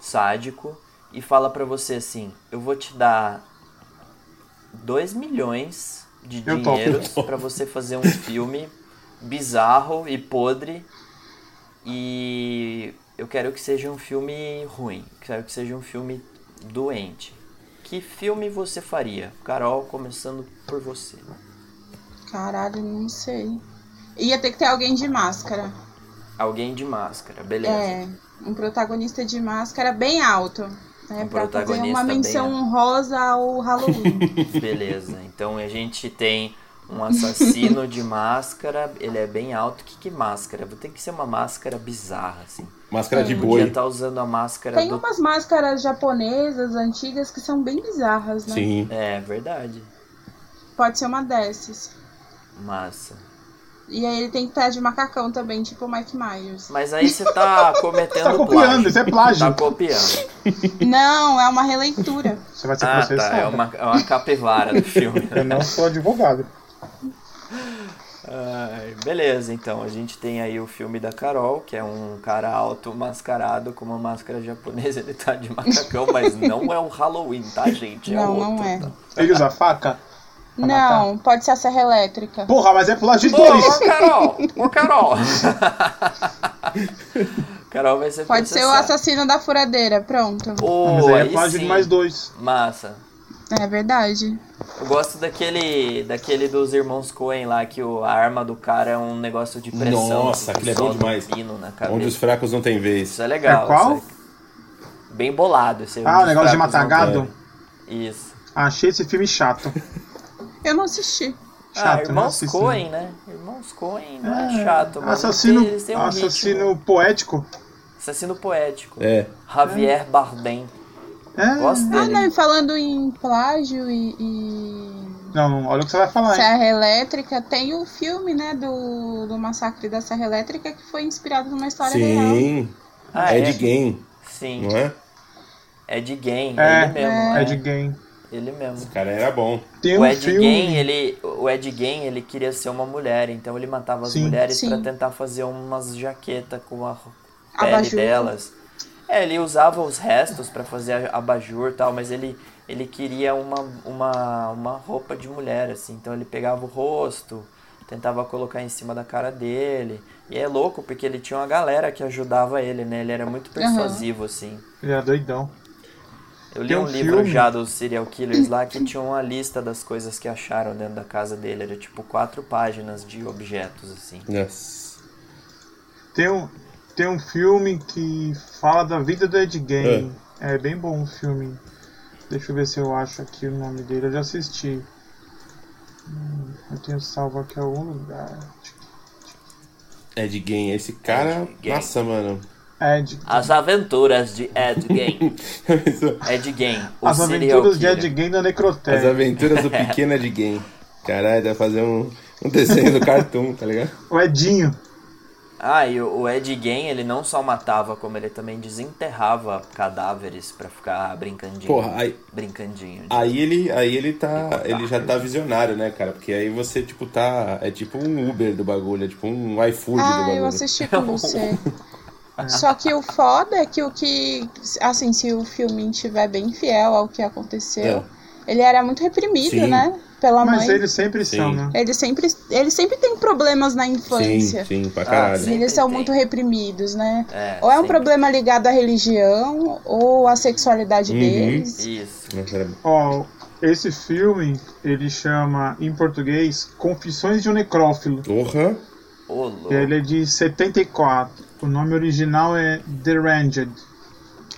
[SPEAKER 2] sádico, e fala pra você assim, eu vou te dar 2 milhões de
[SPEAKER 1] Eu topo.
[SPEAKER 2] dinheiros pra você fazer um filme bizarro e podre. E eu quero que seja um filme ruim, quero que seja um filme doente. Que filme você faria? Carol, começando por você.
[SPEAKER 4] Caralho, não sei. Ia ter que ter alguém de máscara.
[SPEAKER 2] Alguém de máscara, beleza.
[SPEAKER 4] É, um protagonista de máscara bem alto. Né,
[SPEAKER 2] assim. Um
[SPEAKER 4] pra fazer
[SPEAKER 2] protagonista
[SPEAKER 4] uma
[SPEAKER 2] bem
[SPEAKER 4] menção
[SPEAKER 2] alto.
[SPEAKER 4] honrosa ao
[SPEAKER 2] [laughs]
[SPEAKER 4] Halloween.
[SPEAKER 1] É.
[SPEAKER 2] Beleza, então a gente tem um assassino de máscara, ele é bem alto. Que que máscara? Tem que ser uma máscara bizarra, assim.
[SPEAKER 3] Máscara de
[SPEAKER 2] Podia
[SPEAKER 3] boi.
[SPEAKER 2] estar usando a máscara
[SPEAKER 4] Tem
[SPEAKER 2] É, do.
[SPEAKER 4] umas máscaras japonesas antigas que são bem bizarras, né?
[SPEAKER 3] Sim.
[SPEAKER 2] É verdade.
[SPEAKER 4] Pode ser uma dessas.
[SPEAKER 2] Massa.
[SPEAKER 4] E aí ele tem que estar de macacão também, tipo o Mike Myers. [laughs]
[SPEAKER 2] Mas aí você
[SPEAKER 1] [laughs]
[SPEAKER 2] tá cometendo
[SPEAKER 1] Tá copiando,
[SPEAKER 2] plágio.
[SPEAKER 1] isso é plágio.
[SPEAKER 2] Tá copiando.
[SPEAKER 4] Não, é uma
[SPEAKER 2] [laughs]
[SPEAKER 4] releitura.
[SPEAKER 1] Você vai ser
[SPEAKER 2] Ah,
[SPEAKER 1] processado.
[SPEAKER 2] tá. É uma, é uma capivara do filme.
[SPEAKER 1] Eu não sou advogado.
[SPEAKER 2] Ai, beleza, então a gente tem aí o filme da Carol, que é um cara alto mascarado com uma máscara japonesa, [laughs] ele tá de macacão, mas não é o Halloween, tá, gente? É
[SPEAKER 4] Não,
[SPEAKER 2] outro,
[SPEAKER 4] não é.
[SPEAKER 2] tá?
[SPEAKER 1] Ele usa faca? Pra matar?
[SPEAKER 4] Não, pode ser a serra elétrica.
[SPEAKER 1] Porra, mas é plágio de
[SPEAKER 2] Ô,
[SPEAKER 1] dois!
[SPEAKER 2] ô, Carol! Ô, Carol! [laughs] Carol vai ser
[SPEAKER 4] Pode ser o
[SPEAKER 2] processada.
[SPEAKER 4] assassino da furadeira, pronto.
[SPEAKER 3] Ah,
[SPEAKER 2] Ô,
[SPEAKER 1] Mas aí é
[SPEAKER 2] aí
[SPEAKER 1] plágio de
[SPEAKER 2] sim.
[SPEAKER 1] mais dois.
[SPEAKER 2] Massa.
[SPEAKER 4] É verdade.
[SPEAKER 2] Eu gosto daquele, daquele dos irmãos Coen lá, que o, a arma do cara é um negócio de pressão.
[SPEAKER 3] Nossa,
[SPEAKER 2] que
[SPEAKER 3] aquele é bom
[SPEAKER 2] solta um
[SPEAKER 3] demais.
[SPEAKER 2] pino na
[SPEAKER 3] Onde os
[SPEAKER 2] cabeça.
[SPEAKER 3] fracos não têm vez.
[SPEAKER 2] Isso é legal.
[SPEAKER 1] É qual?
[SPEAKER 2] isso é Bem bolado esse
[SPEAKER 1] Ah, o negócio de
[SPEAKER 2] matar
[SPEAKER 1] matagado?
[SPEAKER 2] Isso.
[SPEAKER 1] Achei esse filme
[SPEAKER 2] [laughs]
[SPEAKER 1] chato.
[SPEAKER 4] Eu não assisti.
[SPEAKER 2] Ah,
[SPEAKER 1] Chato, não
[SPEAKER 2] irmãos
[SPEAKER 1] assisto.
[SPEAKER 2] Coen, né? Irmãos Coen não é, chato, mano.
[SPEAKER 1] assassino,
[SPEAKER 2] Eles têm um
[SPEAKER 1] assassino
[SPEAKER 2] ritmo.
[SPEAKER 1] poético.
[SPEAKER 2] Assassino poético.
[SPEAKER 3] É.
[SPEAKER 2] Javier Bardem.
[SPEAKER 1] É.
[SPEAKER 2] Gosto
[SPEAKER 4] Ah,
[SPEAKER 2] dele.
[SPEAKER 4] não, e falando em plágio e, e
[SPEAKER 1] Não, não, olha o que você vai falar, hein?
[SPEAKER 4] serra elétrica, tem o filme, né, do, do massacre da serra elétrica que foi inspirado numa história real.
[SPEAKER 3] Sim.
[SPEAKER 2] Ah,
[SPEAKER 3] é,
[SPEAKER 2] é?
[SPEAKER 3] de game,
[SPEAKER 2] Sim.
[SPEAKER 3] não é?
[SPEAKER 2] É de Gain,
[SPEAKER 1] É,
[SPEAKER 2] ele mesmo. né?
[SPEAKER 1] Ed Gein.
[SPEAKER 2] Ele mesmo.
[SPEAKER 3] O cara era bom.
[SPEAKER 1] Tem
[SPEAKER 2] O
[SPEAKER 1] um
[SPEAKER 2] Ed
[SPEAKER 1] filme.
[SPEAKER 2] Gein, ele, o Ed Gein, ele queria ser uma mulher, então ele matava as
[SPEAKER 1] Sim.
[SPEAKER 2] mulheres
[SPEAKER 4] Sim.
[SPEAKER 2] pra tentar fazer umas jaqueta com a ro- pele
[SPEAKER 4] Abajur.
[SPEAKER 2] delas. É, ele usava os restos pra fazer a- abajur e tal, mas ele, ele queria uma, uma, uma roupa de mulher, assim. Então ele pegava o rosto, tentava colocar em cima da cara dele. E é louco, porque ele tinha uma galera que ajudava ele, né? Ele era muito persuasivo, assim.
[SPEAKER 1] Ele é doidão.
[SPEAKER 2] Eu li
[SPEAKER 1] Tem
[SPEAKER 2] um,
[SPEAKER 1] um
[SPEAKER 2] livro
[SPEAKER 1] filme-
[SPEAKER 2] já dos serial killers lá que tinha uma lista das coisas que acharam dentro da casa dele. Era tipo quatro páginas de objetos, assim.
[SPEAKER 3] Yes.
[SPEAKER 1] Tem um, tem um filme que fala da vida do Ed Gein. É. bem bom o filme. Deixa eu ver se eu acho aqui o nome dele. Eu já assisti. Hum, eu tenho salvo aqui em algum lugar.
[SPEAKER 3] É de game. Esse cara.
[SPEAKER 2] Ed Gein. [laughs]
[SPEAKER 3] Nossa, mano.
[SPEAKER 1] Ed.
[SPEAKER 2] As Aventuras de Ed Gein. Ed Gein, o
[SPEAKER 1] As
[SPEAKER 2] serial
[SPEAKER 1] Aventuras de
[SPEAKER 2] killer.
[SPEAKER 1] Ed Gein na
[SPEAKER 2] É.
[SPEAKER 3] As
[SPEAKER 1] Necrotéria.
[SPEAKER 3] aventuras do pequeno Ed Gein. Caralho, dá pra fazer um, um
[SPEAKER 2] [laughs]
[SPEAKER 3] desenho do cartoon, tá ligado?
[SPEAKER 1] O Edinho.
[SPEAKER 2] Ah, e o o Ed Gein, ele não só matava, como ele também desenterrava cadáveres pra ficar brincandinho.
[SPEAKER 3] Porra, aí,
[SPEAKER 2] Brincandinho. de-
[SPEAKER 3] aí ele, aí ele tá. Ele já tá visionário, né, cara? Porque aí você, tipo, tá. É tipo um Uber do bagulho, é tipo um iFood do
[SPEAKER 4] Ah,
[SPEAKER 3] bagulho. Ah.
[SPEAKER 4] eu assisti
[SPEAKER 3] [laughs]
[SPEAKER 4] com você. Só que o foda é que o que. Assim, se o filme estiver bem fiel ao que aconteceu, ele era muito reprimido,
[SPEAKER 3] É. Sim.
[SPEAKER 4] né? Pela
[SPEAKER 1] Mas
[SPEAKER 4] mãe.
[SPEAKER 1] eles sempre
[SPEAKER 3] Sim.
[SPEAKER 1] são, né?
[SPEAKER 4] Ele sempre, ele sempre tem problemas na infância.
[SPEAKER 3] Sim, sim, pra caralho.
[SPEAKER 2] Ah, sim.
[SPEAKER 4] Eles são
[SPEAKER 2] Sempre
[SPEAKER 4] muito
[SPEAKER 2] tem.
[SPEAKER 4] reprimidos, né?
[SPEAKER 2] É,
[SPEAKER 4] Ou é um
[SPEAKER 2] sempre.
[SPEAKER 4] problema ligado à religião, ou à sexualidade
[SPEAKER 3] Uhum.
[SPEAKER 4] deles.
[SPEAKER 2] Isso.
[SPEAKER 3] Nossa, era-
[SPEAKER 1] Ó, esse filme, ele chama, em português, Confissões de um Necrófilo.
[SPEAKER 3] Porra.
[SPEAKER 2] Ô, louco.
[SPEAKER 1] Ele é de 74. O nome original é The Ranged.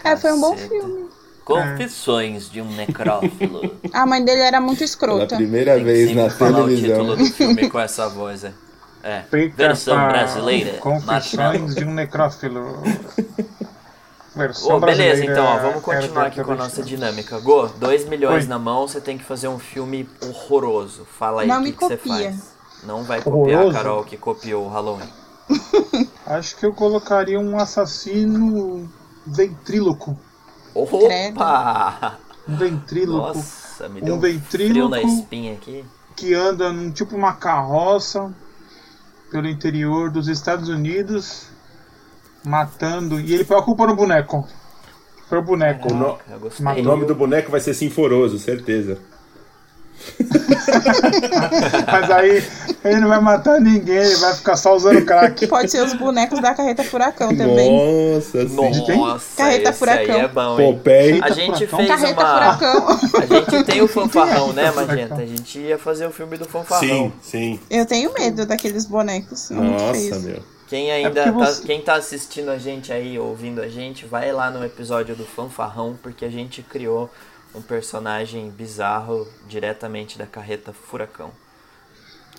[SPEAKER 4] É, foi um bom
[SPEAKER 2] Caceta.
[SPEAKER 4] filme.
[SPEAKER 2] Confissões de um
[SPEAKER 1] [laughs]
[SPEAKER 2] necrófilo.
[SPEAKER 4] A mãe dele era muito
[SPEAKER 3] Pela
[SPEAKER 4] escrota.
[SPEAKER 3] primeira
[SPEAKER 2] Tem que
[SPEAKER 3] vez na
[SPEAKER 2] sempre falar o título
[SPEAKER 3] televisão.
[SPEAKER 2] do filme com essa voz, é. É,
[SPEAKER 1] Feita
[SPEAKER 2] versão
[SPEAKER 1] pra
[SPEAKER 2] brasileira, Marshmallow.
[SPEAKER 1] Confissões de um
[SPEAKER 2] [laughs]
[SPEAKER 1] Necrófilo. Versão
[SPEAKER 2] Ô, beleza,
[SPEAKER 1] brasileira,
[SPEAKER 2] então, ó, vamos
[SPEAKER 1] era
[SPEAKER 2] continuar aqui com a
[SPEAKER 1] da-
[SPEAKER 2] nossa dinâmica. Go, 2 milhões
[SPEAKER 1] Oi.
[SPEAKER 2] na mão, você tem que fazer um filme horroroso. Fala aí
[SPEAKER 4] Não
[SPEAKER 2] o que,
[SPEAKER 4] me
[SPEAKER 2] que você
[SPEAKER 4] copia.
[SPEAKER 2] faz. Não vai copiar a
[SPEAKER 1] Horroroso?
[SPEAKER 2] Carol que copiou o Halloween.
[SPEAKER 1] Acho que eu colocaria um assassino ventríloco.
[SPEAKER 2] Opa!
[SPEAKER 1] Um ventríloco
[SPEAKER 2] Nossa, me
[SPEAKER 1] Um
[SPEAKER 2] deu um frio
[SPEAKER 1] ventríloco.
[SPEAKER 2] na espinha aqui.
[SPEAKER 1] que anda num tipo uma carroça pelo interior dos Estados Unidos, matando. E ele põe a culpa no boneco. Foi o boneco.
[SPEAKER 3] no-
[SPEAKER 2] Caraca, eu gostei.
[SPEAKER 1] o
[SPEAKER 3] O nome do boneco vai ser Sinforoso, certeza.
[SPEAKER 1] [laughs] Mas aí ele não vai matar ninguém, ele vai ficar só usando crack.
[SPEAKER 4] Pode ser os bonecos da Carreta
[SPEAKER 2] Ah,
[SPEAKER 4] Furacão também.
[SPEAKER 3] Nossa, sim.
[SPEAKER 2] Nossa, esse
[SPEAKER 4] Carreta
[SPEAKER 2] aí
[SPEAKER 4] Furacão.
[SPEAKER 2] é bom, hein?
[SPEAKER 3] Popeye.
[SPEAKER 2] A gente
[SPEAKER 1] Carreta
[SPEAKER 2] fez
[SPEAKER 4] Carreta
[SPEAKER 2] uma...
[SPEAKER 4] Furacão. [laughs]
[SPEAKER 1] [laughs]
[SPEAKER 2] A gente tem o fanfarrão, né, Magenta? A gente ia fazer o filme do fanfarrão.
[SPEAKER 3] Sim, É sim.
[SPEAKER 4] Eu tenho medo daqueles bonecos. É muito
[SPEAKER 3] Nossa,
[SPEAKER 4] feio.
[SPEAKER 3] meu.
[SPEAKER 2] Quem ainda
[SPEAKER 1] É porque
[SPEAKER 2] tá,
[SPEAKER 1] você-
[SPEAKER 2] quem tá assistindo a gente aí, ouvindo a gente, vai lá no episódio do fanfarrão, porque a gente criou um personagem bizarro diretamente da carreta Furacão.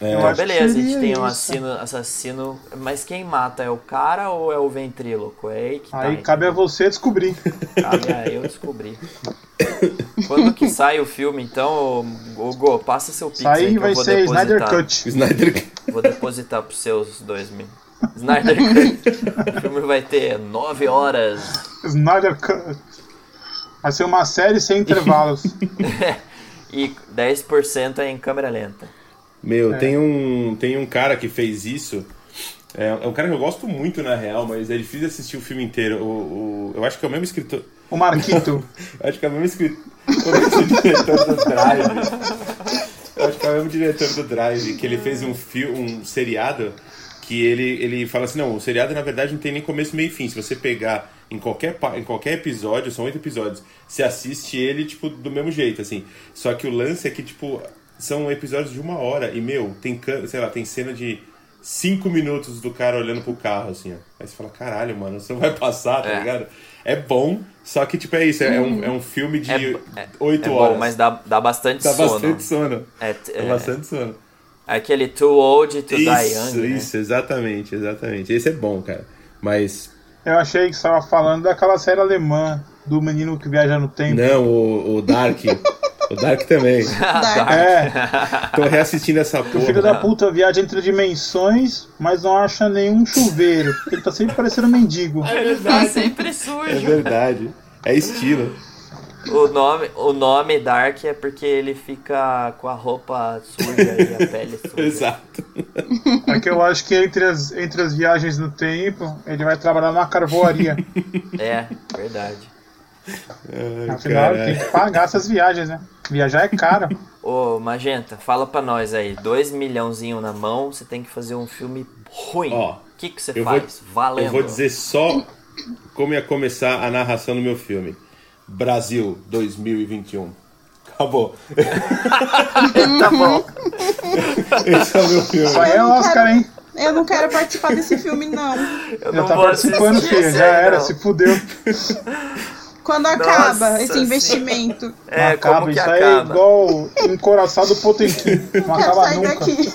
[SPEAKER 3] É,
[SPEAKER 1] Eu
[SPEAKER 2] Então,
[SPEAKER 1] acho que
[SPEAKER 2] beleza, a gente
[SPEAKER 1] seria
[SPEAKER 2] tem um
[SPEAKER 1] isso.
[SPEAKER 2] assassino, assassino, mas quem mata é o cara ou é o ventríloco? É aí que tá.
[SPEAKER 1] Aí cabe a você descobrir.
[SPEAKER 2] entendeu? Cabe a eu descobrir. Quando que sai o filme, então, o Go, passa seu pix aí
[SPEAKER 1] Sair
[SPEAKER 2] que eu
[SPEAKER 1] vai
[SPEAKER 2] vou
[SPEAKER 1] ser
[SPEAKER 2] depositar.
[SPEAKER 1] Snyder Cut.
[SPEAKER 3] Snyder.
[SPEAKER 2] Vou depositar pros seus dois mil. Snyder Cut. O filme vai ter nove horas. [laughs]
[SPEAKER 1] Snyder Cut. Vai ser uma série
[SPEAKER 2] [laughs]
[SPEAKER 1] sem intervalos.
[SPEAKER 2] E 10% é em câmera lenta.
[SPEAKER 3] Meu, tem, um, tem um cara que fez isso. É, é um cara que eu gosto muito, na real, mas é difícil assistir o filme inteiro. O, o- eu acho que é o mesmo escritor. [laughs]
[SPEAKER 1] o Marquito.
[SPEAKER 3] Acho que é o mesmo escritor. [laughs] O mesmo diretor do Drive. Eu acho que é o mesmo diretor do Drive, que ele fez um filme, um seriado, que ele, ele fala assim, não, o seriado na verdade não tem nem começo, meio e fim. Se você pegar em qualquer, pa- em qualquer episódio, são oito episódios, você assiste ele, tipo, do mesmo jeito, assim. Só que o lance é que, tipo, são episódios de uma hora. E, meu, tem, cã- sei lá, tem cena de cinco minutos do cara olhando pro carro, assim, ó. Aí você fala, caralho, mano, você não vai passar, tá
[SPEAKER 2] É.
[SPEAKER 3] ligado? É bom, só que, tipo, é isso, é, um, é um filme de
[SPEAKER 2] É,
[SPEAKER 3] oito
[SPEAKER 2] é
[SPEAKER 3] horas.
[SPEAKER 2] bom, mas dá, dá bastante
[SPEAKER 3] Dá
[SPEAKER 2] sono.
[SPEAKER 3] bastante sono.
[SPEAKER 2] É,
[SPEAKER 3] Dá
[SPEAKER 2] é,
[SPEAKER 3] bastante sono.
[SPEAKER 2] Aquele Too Old to Die
[SPEAKER 3] Isso,
[SPEAKER 2] Young. né?
[SPEAKER 3] isso, exatamente, exatamente. Esse é bom, cara. Mas.
[SPEAKER 1] Eu achei que você estava falando daquela série alemã do menino que viaja no tempo.
[SPEAKER 3] Não, o, o Dark. o Dark também.
[SPEAKER 1] É,
[SPEAKER 3] Tô reassistindo essa
[SPEAKER 1] o filho
[SPEAKER 3] porra.
[SPEAKER 1] da puta viaja entre dimensões, mas não acha nenhum chuveiro. Ele tá sempre parecendo um mendigo.
[SPEAKER 2] Ele tá sempre
[SPEAKER 3] É
[SPEAKER 2] sujo.
[SPEAKER 3] verdade. É estilo.
[SPEAKER 2] O nome, o nome Dark é porque ele fica com a roupa suja e a
[SPEAKER 3] [laughs]
[SPEAKER 2] pele suja.
[SPEAKER 3] Exato.
[SPEAKER 1] É que eu acho que entre as, entre as viagens no tempo, ele vai trabalhar numa carvoaria.
[SPEAKER 2] É, verdade.
[SPEAKER 3] Ai,
[SPEAKER 1] Afinal, tem
[SPEAKER 3] caralho.
[SPEAKER 1] que pagar essas viagens, né? Viajar é caro.
[SPEAKER 2] Ô, Magenta, fala pra nós aí. Dois milhãozinho na mão, você tem que fazer um filme ruim.
[SPEAKER 3] Ó,
[SPEAKER 2] O que, que você
[SPEAKER 3] eu vou-
[SPEAKER 2] faz? Valendo.
[SPEAKER 3] Eu vou dizer só como ia começar a narração do meu filme. Brasil 2021.
[SPEAKER 1] [laughs]
[SPEAKER 3] Acabou.
[SPEAKER 2] Tá bom.
[SPEAKER 3] Esse é o meu filme.
[SPEAKER 1] Só é
[SPEAKER 4] Eu não
[SPEAKER 1] Oscar,
[SPEAKER 4] quero-
[SPEAKER 1] hein?
[SPEAKER 4] Eu não quero participar desse filme, não.
[SPEAKER 2] Eu
[SPEAKER 1] Já
[SPEAKER 2] não
[SPEAKER 1] tá
[SPEAKER 2] vou
[SPEAKER 1] participando,
[SPEAKER 2] assistir
[SPEAKER 1] filho.
[SPEAKER 2] esse
[SPEAKER 1] Já
[SPEAKER 2] aí,
[SPEAKER 1] era,
[SPEAKER 2] não.
[SPEAKER 1] se fudeu.
[SPEAKER 4] Quando acaba
[SPEAKER 2] Nossa
[SPEAKER 4] esse investimento.
[SPEAKER 2] É,
[SPEAKER 1] Não acaba,
[SPEAKER 2] como que
[SPEAKER 1] isso aí é
[SPEAKER 2] acaba?
[SPEAKER 1] igual encoraçado
[SPEAKER 4] [laughs]
[SPEAKER 1] Potemkin. Não
[SPEAKER 4] Quero
[SPEAKER 1] acaba
[SPEAKER 4] sair
[SPEAKER 1] nunca.
[SPEAKER 4] daqui.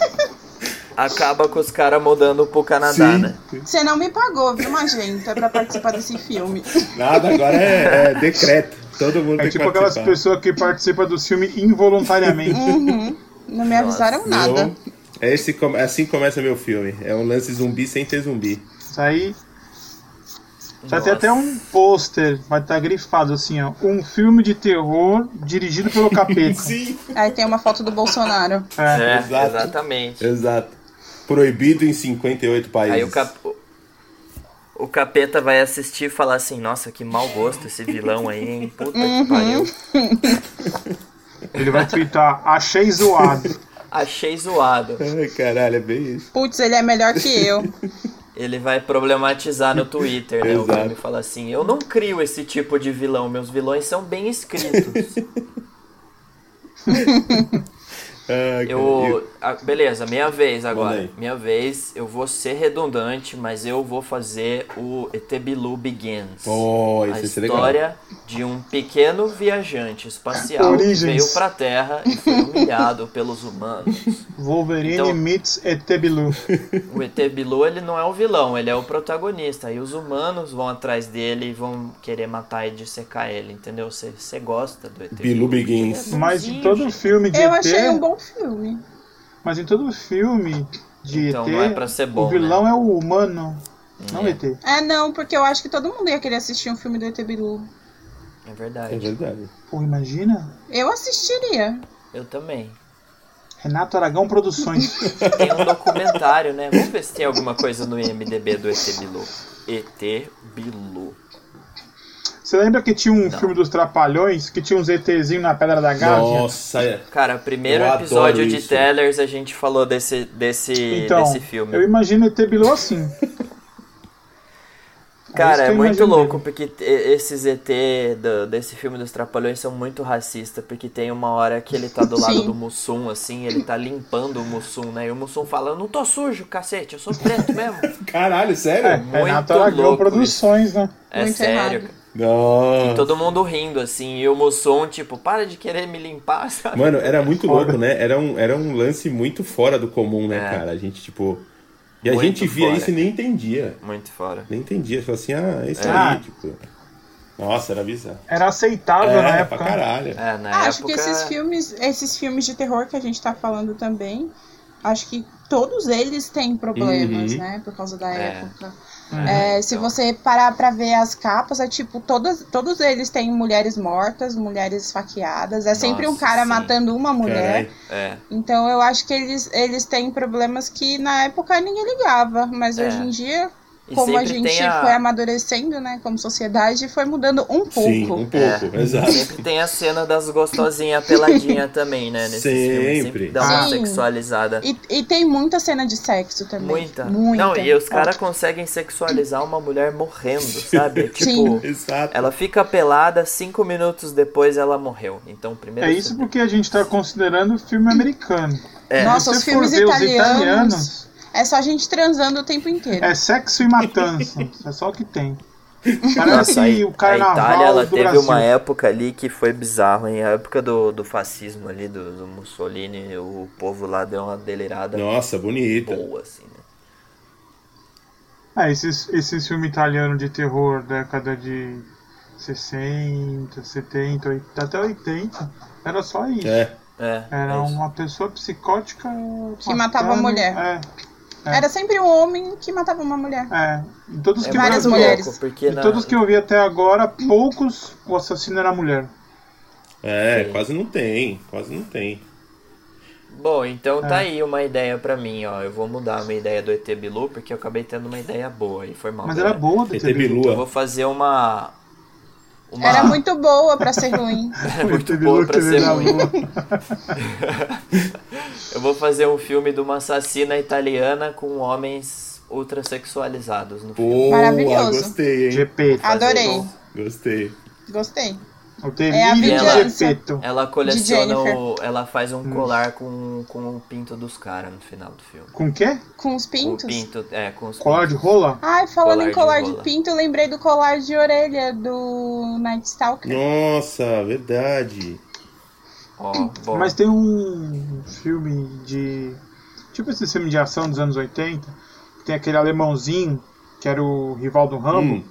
[SPEAKER 2] Acaba com os caras mudando pro Canadá, né?
[SPEAKER 4] Você não me pagou, viu, Magenta, pra participar desse filme.
[SPEAKER 3] Nada, agora é, é decreto. Todo
[SPEAKER 1] É
[SPEAKER 3] mundo tem que
[SPEAKER 1] tipo aquelas
[SPEAKER 3] participar.
[SPEAKER 1] pessoas que participam do filme involuntariamente.
[SPEAKER 4] Uhum. Não me avisaram nada.
[SPEAKER 3] Não. É esse, com- assim começa meu filme. É um lance zumbi sem ter zumbi.
[SPEAKER 1] Isso aí. Já
[SPEAKER 2] Nossa.
[SPEAKER 1] tem até um pôster, vai estar grifado assim, ó. Um filme de terror dirigido pelo capeta.
[SPEAKER 3] Sim.
[SPEAKER 4] Aí tem uma foto do Bolsonaro.
[SPEAKER 1] É.
[SPEAKER 2] É,
[SPEAKER 3] Exato.
[SPEAKER 2] exatamente.
[SPEAKER 3] Exato. Proibido em 58 países.
[SPEAKER 2] Aí o, cap... o capeta vai assistir e falar assim, nossa, que mau gosto esse vilão aí, hein? Puta
[SPEAKER 1] Uhum.
[SPEAKER 2] que pariu.
[SPEAKER 1] Ele vai twittar, achei
[SPEAKER 2] [laughs]
[SPEAKER 1] zoado.
[SPEAKER 2] Achei zoado.
[SPEAKER 3] Ai, caralho, é bem isso.
[SPEAKER 4] Putz, ele é melhor que eu.
[SPEAKER 2] Ele vai problematizar no Twitter, né? O
[SPEAKER 3] Exato.
[SPEAKER 2] cara fala assim, eu não crio esse tipo de vilão, meus vilões são bem escritos.
[SPEAKER 3] [laughs] Ai,
[SPEAKER 2] Eu. ah, beleza, minha vez
[SPEAKER 3] Manda
[SPEAKER 2] agora.
[SPEAKER 3] aí.
[SPEAKER 2] Minha vez, eu vou ser redundante, mas eu vou fazer o ET Bilu Begins.
[SPEAKER 3] Pô,
[SPEAKER 2] a
[SPEAKER 3] isso ia ser legal.
[SPEAKER 2] história de um pequeno viajante espacial
[SPEAKER 1] Origins.
[SPEAKER 2] que veio pra Terra e foi humilhado pelos humanos.
[SPEAKER 1] Wolverine
[SPEAKER 2] Então-
[SPEAKER 1] meets ET Bilu.
[SPEAKER 2] O ET Bilu, ele não é o vilão, ele é o protagonista. E os humanos vão atrás dele e vão querer matar e dissecar ele, entendeu? Você gosta do ET
[SPEAKER 3] Bilu Begins.
[SPEAKER 1] Mas em todo filme de
[SPEAKER 4] Eu
[SPEAKER 1] ET,
[SPEAKER 4] achei um bom filme.
[SPEAKER 1] mas em todo filme de
[SPEAKER 2] Então
[SPEAKER 1] ET,
[SPEAKER 2] não é pra ser bom,
[SPEAKER 1] o vilão é o humano, não o ET.
[SPEAKER 4] É, não, porque eu acho que todo mundo ia querer assistir um filme do ET Bilu.
[SPEAKER 2] É
[SPEAKER 3] É
[SPEAKER 2] verdade.
[SPEAKER 3] verdade.
[SPEAKER 1] Pô, imagina?
[SPEAKER 4] Eu assistiria.
[SPEAKER 2] Eu também.
[SPEAKER 1] Renato Aragão Produções.
[SPEAKER 2] Tem um documentário, né? Vamos ver se tem alguma coisa no IMDB do ET Bilu. ET Bilu.
[SPEAKER 1] Você lembra que tinha um
[SPEAKER 2] Não.
[SPEAKER 1] filme dos Trapalhões que tinha uns ETzinho na Pedra da Gávea?
[SPEAKER 3] Nossa, é.
[SPEAKER 2] Cara, primeiro
[SPEAKER 3] Eu adoro
[SPEAKER 2] episódio de
[SPEAKER 3] isso.
[SPEAKER 2] Tellers a gente falou desse, desse,
[SPEAKER 1] Então,
[SPEAKER 2] desse
[SPEAKER 1] eu
[SPEAKER 2] filme.
[SPEAKER 1] imagino ET Bilu assim. isso
[SPEAKER 2] Cara,
[SPEAKER 1] que
[SPEAKER 2] é
[SPEAKER 1] eu
[SPEAKER 2] muito
[SPEAKER 1] imaginei.
[SPEAKER 2] louco, porque te- esses ET do- desse filme dos Trapalhões são muito racistas, porque tem uma hora que ele tá do lado
[SPEAKER 4] Sim.
[SPEAKER 2] do Mussum, assim, ele tá limpando o Mussum, né? E o Mussum fala, eu não tô sujo, cacete, eu sou preto mesmo.
[SPEAKER 4] [laughs]
[SPEAKER 3] Caralho,
[SPEAKER 1] É,
[SPEAKER 3] sério?
[SPEAKER 1] Renato
[SPEAKER 2] louco
[SPEAKER 1] Aragão
[SPEAKER 2] isso.
[SPEAKER 1] Produções, né?
[SPEAKER 2] É
[SPEAKER 4] Muito
[SPEAKER 2] sério.
[SPEAKER 4] errado.
[SPEAKER 2] cara.
[SPEAKER 3] Não.
[SPEAKER 2] Todo mundo rindo, assim, e o Mussum, tipo, para de querer me limpar, [laughs] sabe?
[SPEAKER 3] Mano, era muito
[SPEAKER 1] Foda.
[SPEAKER 3] louco, né? Era um, era um lance muito fora do comum, né,
[SPEAKER 2] É.
[SPEAKER 3] cara? A gente, tipo. E a
[SPEAKER 2] Muito
[SPEAKER 3] gente via
[SPEAKER 2] fora.
[SPEAKER 3] isso e nem entendia.
[SPEAKER 2] Muito fora.
[SPEAKER 3] Nem entendia. Falou assim, ah, esse
[SPEAKER 1] É.
[SPEAKER 3] aí, tipo. Nossa, era bizarro.
[SPEAKER 1] Era aceitável na
[SPEAKER 3] É, pra
[SPEAKER 1] época. né?
[SPEAKER 3] caralho.
[SPEAKER 2] É, na
[SPEAKER 4] Ah, acho
[SPEAKER 2] época...
[SPEAKER 4] que esses filmes, esses filmes de terror que a gente tá falando também, acho que todos eles têm problemas,
[SPEAKER 3] Uhum.
[SPEAKER 4] né? Por causa da
[SPEAKER 2] É. Então.
[SPEAKER 4] época.
[SPEAKER 1] É.
[SPEAKER 4] É, se você parar pra ver as capas, é tipo, todas, todos eles têm mulheres mortas, mulheres esfaqueadas. É sempre
[SPEAKER 2] Nossa,
[SPEAKER 4] um cara
[SPEAKER 2] sim.
[SPEAKER 4] matando uma mulher.
[SPEAKER 3] Caralho.
[SPEAKER 2] É,
[SPEAKER 4] Então eu acho que eles, eles têm problemas que na época ninguém ligava. Mas
[SPEAKER 2] É.
[SPEAKER 4] hoje em dia,
[SPEAKER 2] e
[SPEAKER 4] como a
[SPEAKER 2] sempre
[SPEAKER 4] gente
[SPEAKER 2] tem
[SPEAKER 4] foi amadurecendo, né? Como sociedade, foi mudando um pouco.
[SPEAKER 3] Sim, um pouco,
[SPEAKER 2] É. [laughs]
[SPEAKER 3] exato.
[SPEAKER 2] Sempre tem a cena das gostosinhas peladinha também, né? Nesses filmes. Sempre
[SPEAKER 3] Sempre.
[SPEAKER 2] dá uma
[SPEAKER 4] Sim.
[SPEAKER 2] sexualizada.
[SPEAKER 4] E, e tem muita cena de sexo também.
[SPEAKER 2] Muita.
[SPEAKER 4] Muita.
[SPEAKER 2] Não, e os caras conseguem sexualizar uma
[SPEAKER 1] [laughs]
[SPEAKER 2] mulher morrendo, sabe? É Tipo,
[SPEAKER 4] Sim.
[SPEAKER 3] Exato.
[SPEAKER 2] ela fica pelada, cinco minutos depois ela morreu. Então, primeiro.
[SPEAKER 1] É isso porque a gente tá considerando filme americano.
[SPEAKER 2] É.
[SPEAKER 1] Se
[SPEAKER 4] Nossa,
[SPEAKER 1] você
[SPEAKER 4] os filmes
[SPEAKER 1] for ver os
[SPEAKER 4] italianos,
[SPEAKER 1] italianos,
[SPEAKER 4] É só a gente transando o
[SPEAKER 1] [laughs]
[SPEAKER 4] tempo inteiro.
[SPEAKER 1] é sexo e matança. é só o que
[SPEAKER 2] [laughs]
[SPEAKER 1] tem. Parece
[SPEAKER 2] Nossa, a,
[SPEAKER 1] o carnaval
[SPEAKER 2] a Itália ela
[SPEAKER 1] do
[SPEAKER 2] teve
[SPEAKER 1] Brasil.
[SPEAKER 2] uma época ali que foi bizarro, hein? A época do, do fascismo ali, do, do Mussolini, o povo lá deu uma delirada
[SPEAKER 3] Nossa, bonita.
[SPEAKER 2] boa, assim, né?
[SPEAKER 1] Ah, esses, esses filmes italianos de terror da década de 60, 70, 80, até 80, era só isso.
[SPEAKER 3] É.
[SPEAKER 2] É,
[SPEAKER 1] Era um
[SPEAKER 2] é isso.
[SPEAKER 1] uma pessoa psicótica
[SPEAKER 4] Que matava a mulher.
[SPEAKER 1] É, É.
[SPEAKER 4] Era sempre um homem que matava uma mulher.
[SPEAKER 1] é. E todos
[SPEAKER 2] É
[SPEAKER 1] que
[SPEAKER 4] várias
[SPEAKER 1] eu vi-
[SPEAKER 4] mulheres.
[SPEAKER 2] porque
[SPEAKER 1] De
[SPEAKER 2] na-
[SPEAKER 1] todos que eu vi até agora, poucos o assassino era mulher.
[SPEAKER 3] É,
[SPEAKER 2] Sim.
[SPEAKER 3] quase não tem, quase não tem.
[SPEAKER 2] Bom, então
[SPEAKER 1] É.
[SPEAKER 2] tá aí uma ideia pra mim, ó. Eu vou mudar a minha ideia do ET Bilu, porque eu acabei tendo uma ideia boa e foi mal.
[SPEAKER 1] Mas
[SPEAKER 2] galera.
[SPEAKER 1] era boa do
[SPEAKER 3] ET
[SPEAKER 1] ET Bilu.
[SPEAKER 2] Eu
[SPEAKER 3] Bilua.
[SPEAKER 2] vou fazer uma. uma...
[SPEAKER 4] Era muito boa pra ser ruim. [laughs]
[SPEAKER 2] Era
[SPEAKER 1] O
[SPEAKER 2] É muito
[SPEAKER 1] ET
[SPEAKER 2] boa
[SPEAKER 1] Bilu
[SPEAKER 2] pra
[SPEAKER 1] teve
[SPEAKER 2] ser
[SPEAKER 1] na
[SPEAKER 2] ruim.
[SPEAKER 1] lua.
[SPEAKER 2] Eu vou fazer um filme de uma assassina italiana com homens ultrassexualizados no filme.
[SPEAKER 3] Boa,
[SPEAKER 4] Maravilhoso.
[SPEAKER 3] gostei, hein?
[SPEAKER 1] GP.
[SPEAKER 2] Fazer
[SPEAKER 4] Adorei.
[SPEAKER 2] um-
[SPEAKER 3] Gostei.
[SPEAKER 4] Gostei.
[SPEAKER 1] O
[SPEAKER 4] É a
[SPEAKER 1] delírio
[SPEAKER 2] vingança.
[SPEAKER 1] de Gepeto.
[SPEAKER 2] Ela coleciona
[SPEAKER 4] Jennifer.
[SPEAKER 2] o. Ela faz um colar com, com o pinto dos caras no final do filme.
[SPEAKER 1] Com o quê?
[SPEAKER 4] Com os
[SPEAKER 2] Com o
[SPEAKER 4] pintos.
[SPEAKER 2] pinto, é, com os
[SPEAKER 1] Colar de
[SPEAKER 2] pintos.
[SPEAKER 1] rola?
[SPEAKER 4] Ai, falando em
[SPEAKER 2] Colar
[SPEAKER 4] colar
[SPEAKER 2] de
[SPEAKER 4] de,
[SPEAKER 2] rola.
[SPEAKER 4] pinto, eu lembrei do colar de orelha do Night Stalker.
[SPEAKER 3] Nossa, verdade.
[SPEAKER 2] Ó, bom.
[SPEAKER 1] Mas tem um filme de. Tipo esse filme de ação dos anos 80, que tem aquele alemãozinho, que era o rival do Rambo,
[SPEAKER 3] Hum.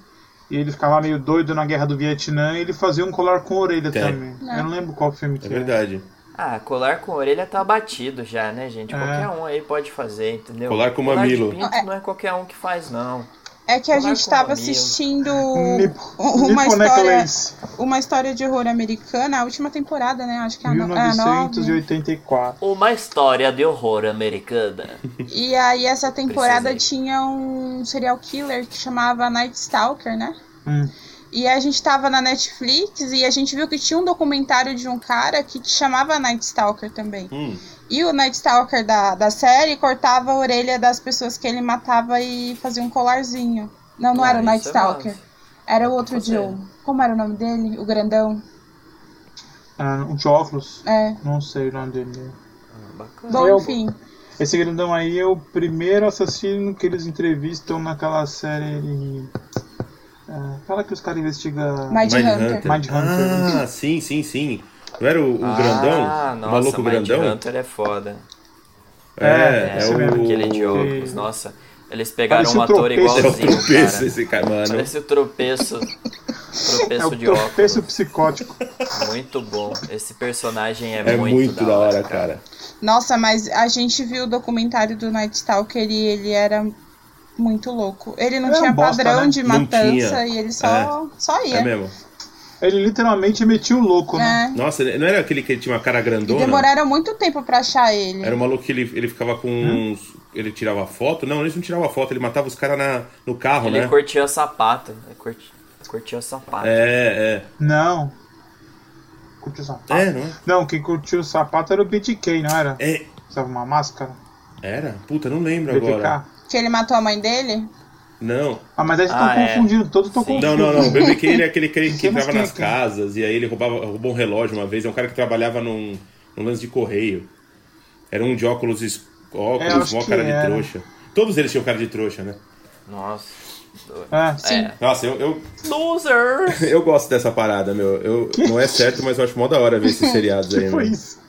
[SPEAKER 1] e ele ficava meio doido na guerra do Vietnã e ele fazia um colar com orelha
[SPEAKER 3] Tem.
[SPEAKER 1] também. Eu não lembro qual filme que
[SPEAKER 3] É
[SPEAKER 1] é.
[SPEAKER 3] verdade.
[SPEAKER 2] Ah, colar com orelha tá batido já, né, gente?
[SPEAKER 1] É.
[SPEAKER 2] Qualquer um aí pode fazer, entendeu?
[SPEAKER 3] Colar com
[SPEAKER 2] de
[SPEAKER 3] mamilo.
[SPEAKER 2] pinto não é qualquer um que faz, não.
[SPEAKER 4] É que a
[SPEAKER 2] Colar
[SPEAKER 4] gente
[SPEAKER 2] com
[SPEAKER 4] tava
[SPEAKER 2] mamilo.
[SPEAKER 4] assistindo
[SPEAKER 1] Nip-
[SPEAKER 4] uma
[SPEAKER 1] Nipo
[SPEAKER 4] história,
[SPEAKER 1] Necklace,
[SPEAKER 4] uma história de horror americana, a última temporada, né? Acho que é a no- é a nove.
[SPEAKER 1] 1984.
[SPEAKER 2] Uma história de horror americana.
[SPEAKER 4] E aí essa temporada
[SPEAKER 2] Precisei.
[SPEAKER 4] tinha um serial killer que chamava Night Stalker, né?
[SPEAKER 1] Hum.
[SPEAKER 4] E a gente tava na Netflix e a gente viu que tinha um documentário de um cara que chamava Night Stalker também.
[SPEAKER 3] Hum.
[SPEAKER 4] E o Night Stalker da, da série cortava a orelha das pessoas que ele matava e fazia um colarzinho. Não, não era o
[SPEAKER 2] Ah,
[SPEAKER 4] Night
[SPEAKER 2] isso é
[SPEAKER 4] Stalker.
[SPEAKER 2] massa.
[SPEAKER 4] Era o outro
[SPEAKER 2] Você.
[SPEAKER 4] Joe. Como era o nome dele? O grandão?
[SPEAKER 1] Ah, um de óculos.
[SPEAKER 4] É.
[SPEAKER 1] Não sei o nome dele.
[SPEAKER 2] Ah, bacana.
[SPEAKER 4] Bom,
[SPEAKER 1] Eu-
[SPEAKER 4] enfim.
[SPEAKER 1] Esse grandão aí é o primeiro assassino que eles entrevistam naquela série. ah, Aquela que os caras investigam.
[SPEAKER 4] Mind Hunter.
[SPEAKER 3] Mindhunter.
[SPEAKER 1] Mindhunter.
[SPEAKER 3] Ah, sim, sim, sim. Não era o, o
[SPEAKER 2] Ah,
[SPEAKER 3] grandão?
[SPEAKER 2] nossa,
[SPEAKER 3] o maluco
[SPEAKER 2] Mind
[SPEAKER 3] grandão?
[SPEAKER 2] Hunter é foda.
[SPEAKER 1] É,
[SPEAKER 3] É,
[SPEAKER 2] É,
[SPEAKER 3] é,
[SPEAKER 1] esse
[SPEAKER 3] o... um
[SPEAKER 1] mesmo.
[SPEAKER 2] aquele de óculos,
[SPEAKER 1] que-
[SPEAKER 2] nossa. Eles pegaram
[SPEAKER 1] Parece
[SPEAKER 2] um
[SPEAKER 1] um
[SPEAKER 2] ator
[SPEAKER 1] tropeço.
[SPEAKER 3] É o
[SPEAKER 2] igualzinho,
[SPEAKER 3] tropeço
[SPEAKER 2] cara.
[SPEAKER 3] esse cara, É mano.
[SPEAKER 2] Parece o tropeço.
[SPEAKER 1] É
[SPEAKER 2] Tropeço
[SPEAKER 1] o
[SPEAKER 2] de óculos.
[SPEAKER 1] tropeço psicótico.
[SPEAKER 2] Muito bom. Esse personagem é,
[SPEAKER 3] É muito, da hora,
[SPEAKER 2] cara.
[SPEAKER 3] cara.
[SPEAKER 4] Nossa, mas a gente viu o documentário do Night Stalker e ele era muito louco. Ele não
[SPEAKER 1] Era um
[SPEAKER 4] tinha
[SPEAKER 1] bosta,
[SPEAKER 4] padrão
[SPEAKER 1] né?
[SPEAKER 4] de
[SPEAKER 3] Não
[SPEAKER 4] matança
[SPEAKER 3] tinha.
[SPEAKER 4] e ele só, só ia.
[SPEAKER 3] É mesmo.
[SPEAKER 1] Ele literalmente metia o louco, né?
[SPEAKER 4] É.
[SPEAKER 3] Nossa, não era aquele que ele tinha uma cara
[SPEAKER 4] E
[SPEAKER 3] grandona?
[SPEAKER 4] demoraram muito tempo pra achar ele.
[SPEAKER 3] Era o maluco que ele, ele ficava com uns. Ele tirava foto? Não, ele não tirava foto, ele matava os caras na- no carro,
[SPEAKER 2] Ele
[SPEAKER 3] né?
[SPEAKER 2] curtia sapato. Ele curti- curtia sapato.
[SPEAKER 3] É, é.
[SPEAKER 1] Não. Curtiu o sapato?
[SPEAKER 3] É, não é?
[SPEAKER 1] Não, quem curtiu o sapato era o BTK, não era?
[SPEAKER 3] É.
[SPEAKER 1] Sabe uma máscara?
[SPEAKER 3] Era? Puta, não lembro agora.
[SPEAKER 1] BTK?
[SPEAKER 4] Que ele matou a mãe dele?
[SPEAKER 3] Não.
[SPEAKER 1] Ah, mas aí vocês
[SPEAKER 2] Ah,
[SPEAKER 1] estão
[SPEAKER 2] é.
[SPEAKER 1] confundindo, todos estão
[SPEAKER 2] Sim.
[SPEAKER 1] confundindo.
[SPEAKER 3] Não,
[SPEAKER 1] [laughs]
[SPEAKER 3] não, não. O BBQ ele é aquele que, que
[SPEAKER 1] sei mais
[SPEAKER 3] entrava
[SPEAKER 1] quem é
[SPEAKER 3] nas
[SPEAKER 1] quem é.
[SPEAKER 3] casas e aí ele roubava, roubou um relógio uma vez. É um cara que trabalhava num, num lance de correio. Era um de óculos, es-
[SPEAKER 1] É, eu
[SPEAKER 3] óculos
[SPEAKER 1] acho
[SPEAKER 3] mó
[SPEAKER 1] que
[SPEAKER 3] cara de
[SPEAKER 1] era.
[SPEAKER 3] trouxa. Todos eles tinham cara de trouxa, né?
[SPEAKER 2] Nossa.
[SPEAKER 3] Ah,
[SPEAKER 1] É,
[SPEAKER 4] Sim.
[SPEAKER 2] É.
[SPEAKER 3] Nossa, eu, eu,
[SPEAKER 2] Loser!
[SPEAKER 3] eu gosto dessa parada, meu. Eu, não é certo, mas eu acho mó da hora ver
[SPEAKER 1] [laughs]
[SPEAKER 3] esses seriados aí,
[SPEAKER 1] foi
[SPEAKER 3] mano.
[SPEAKER 1] Tipo isso.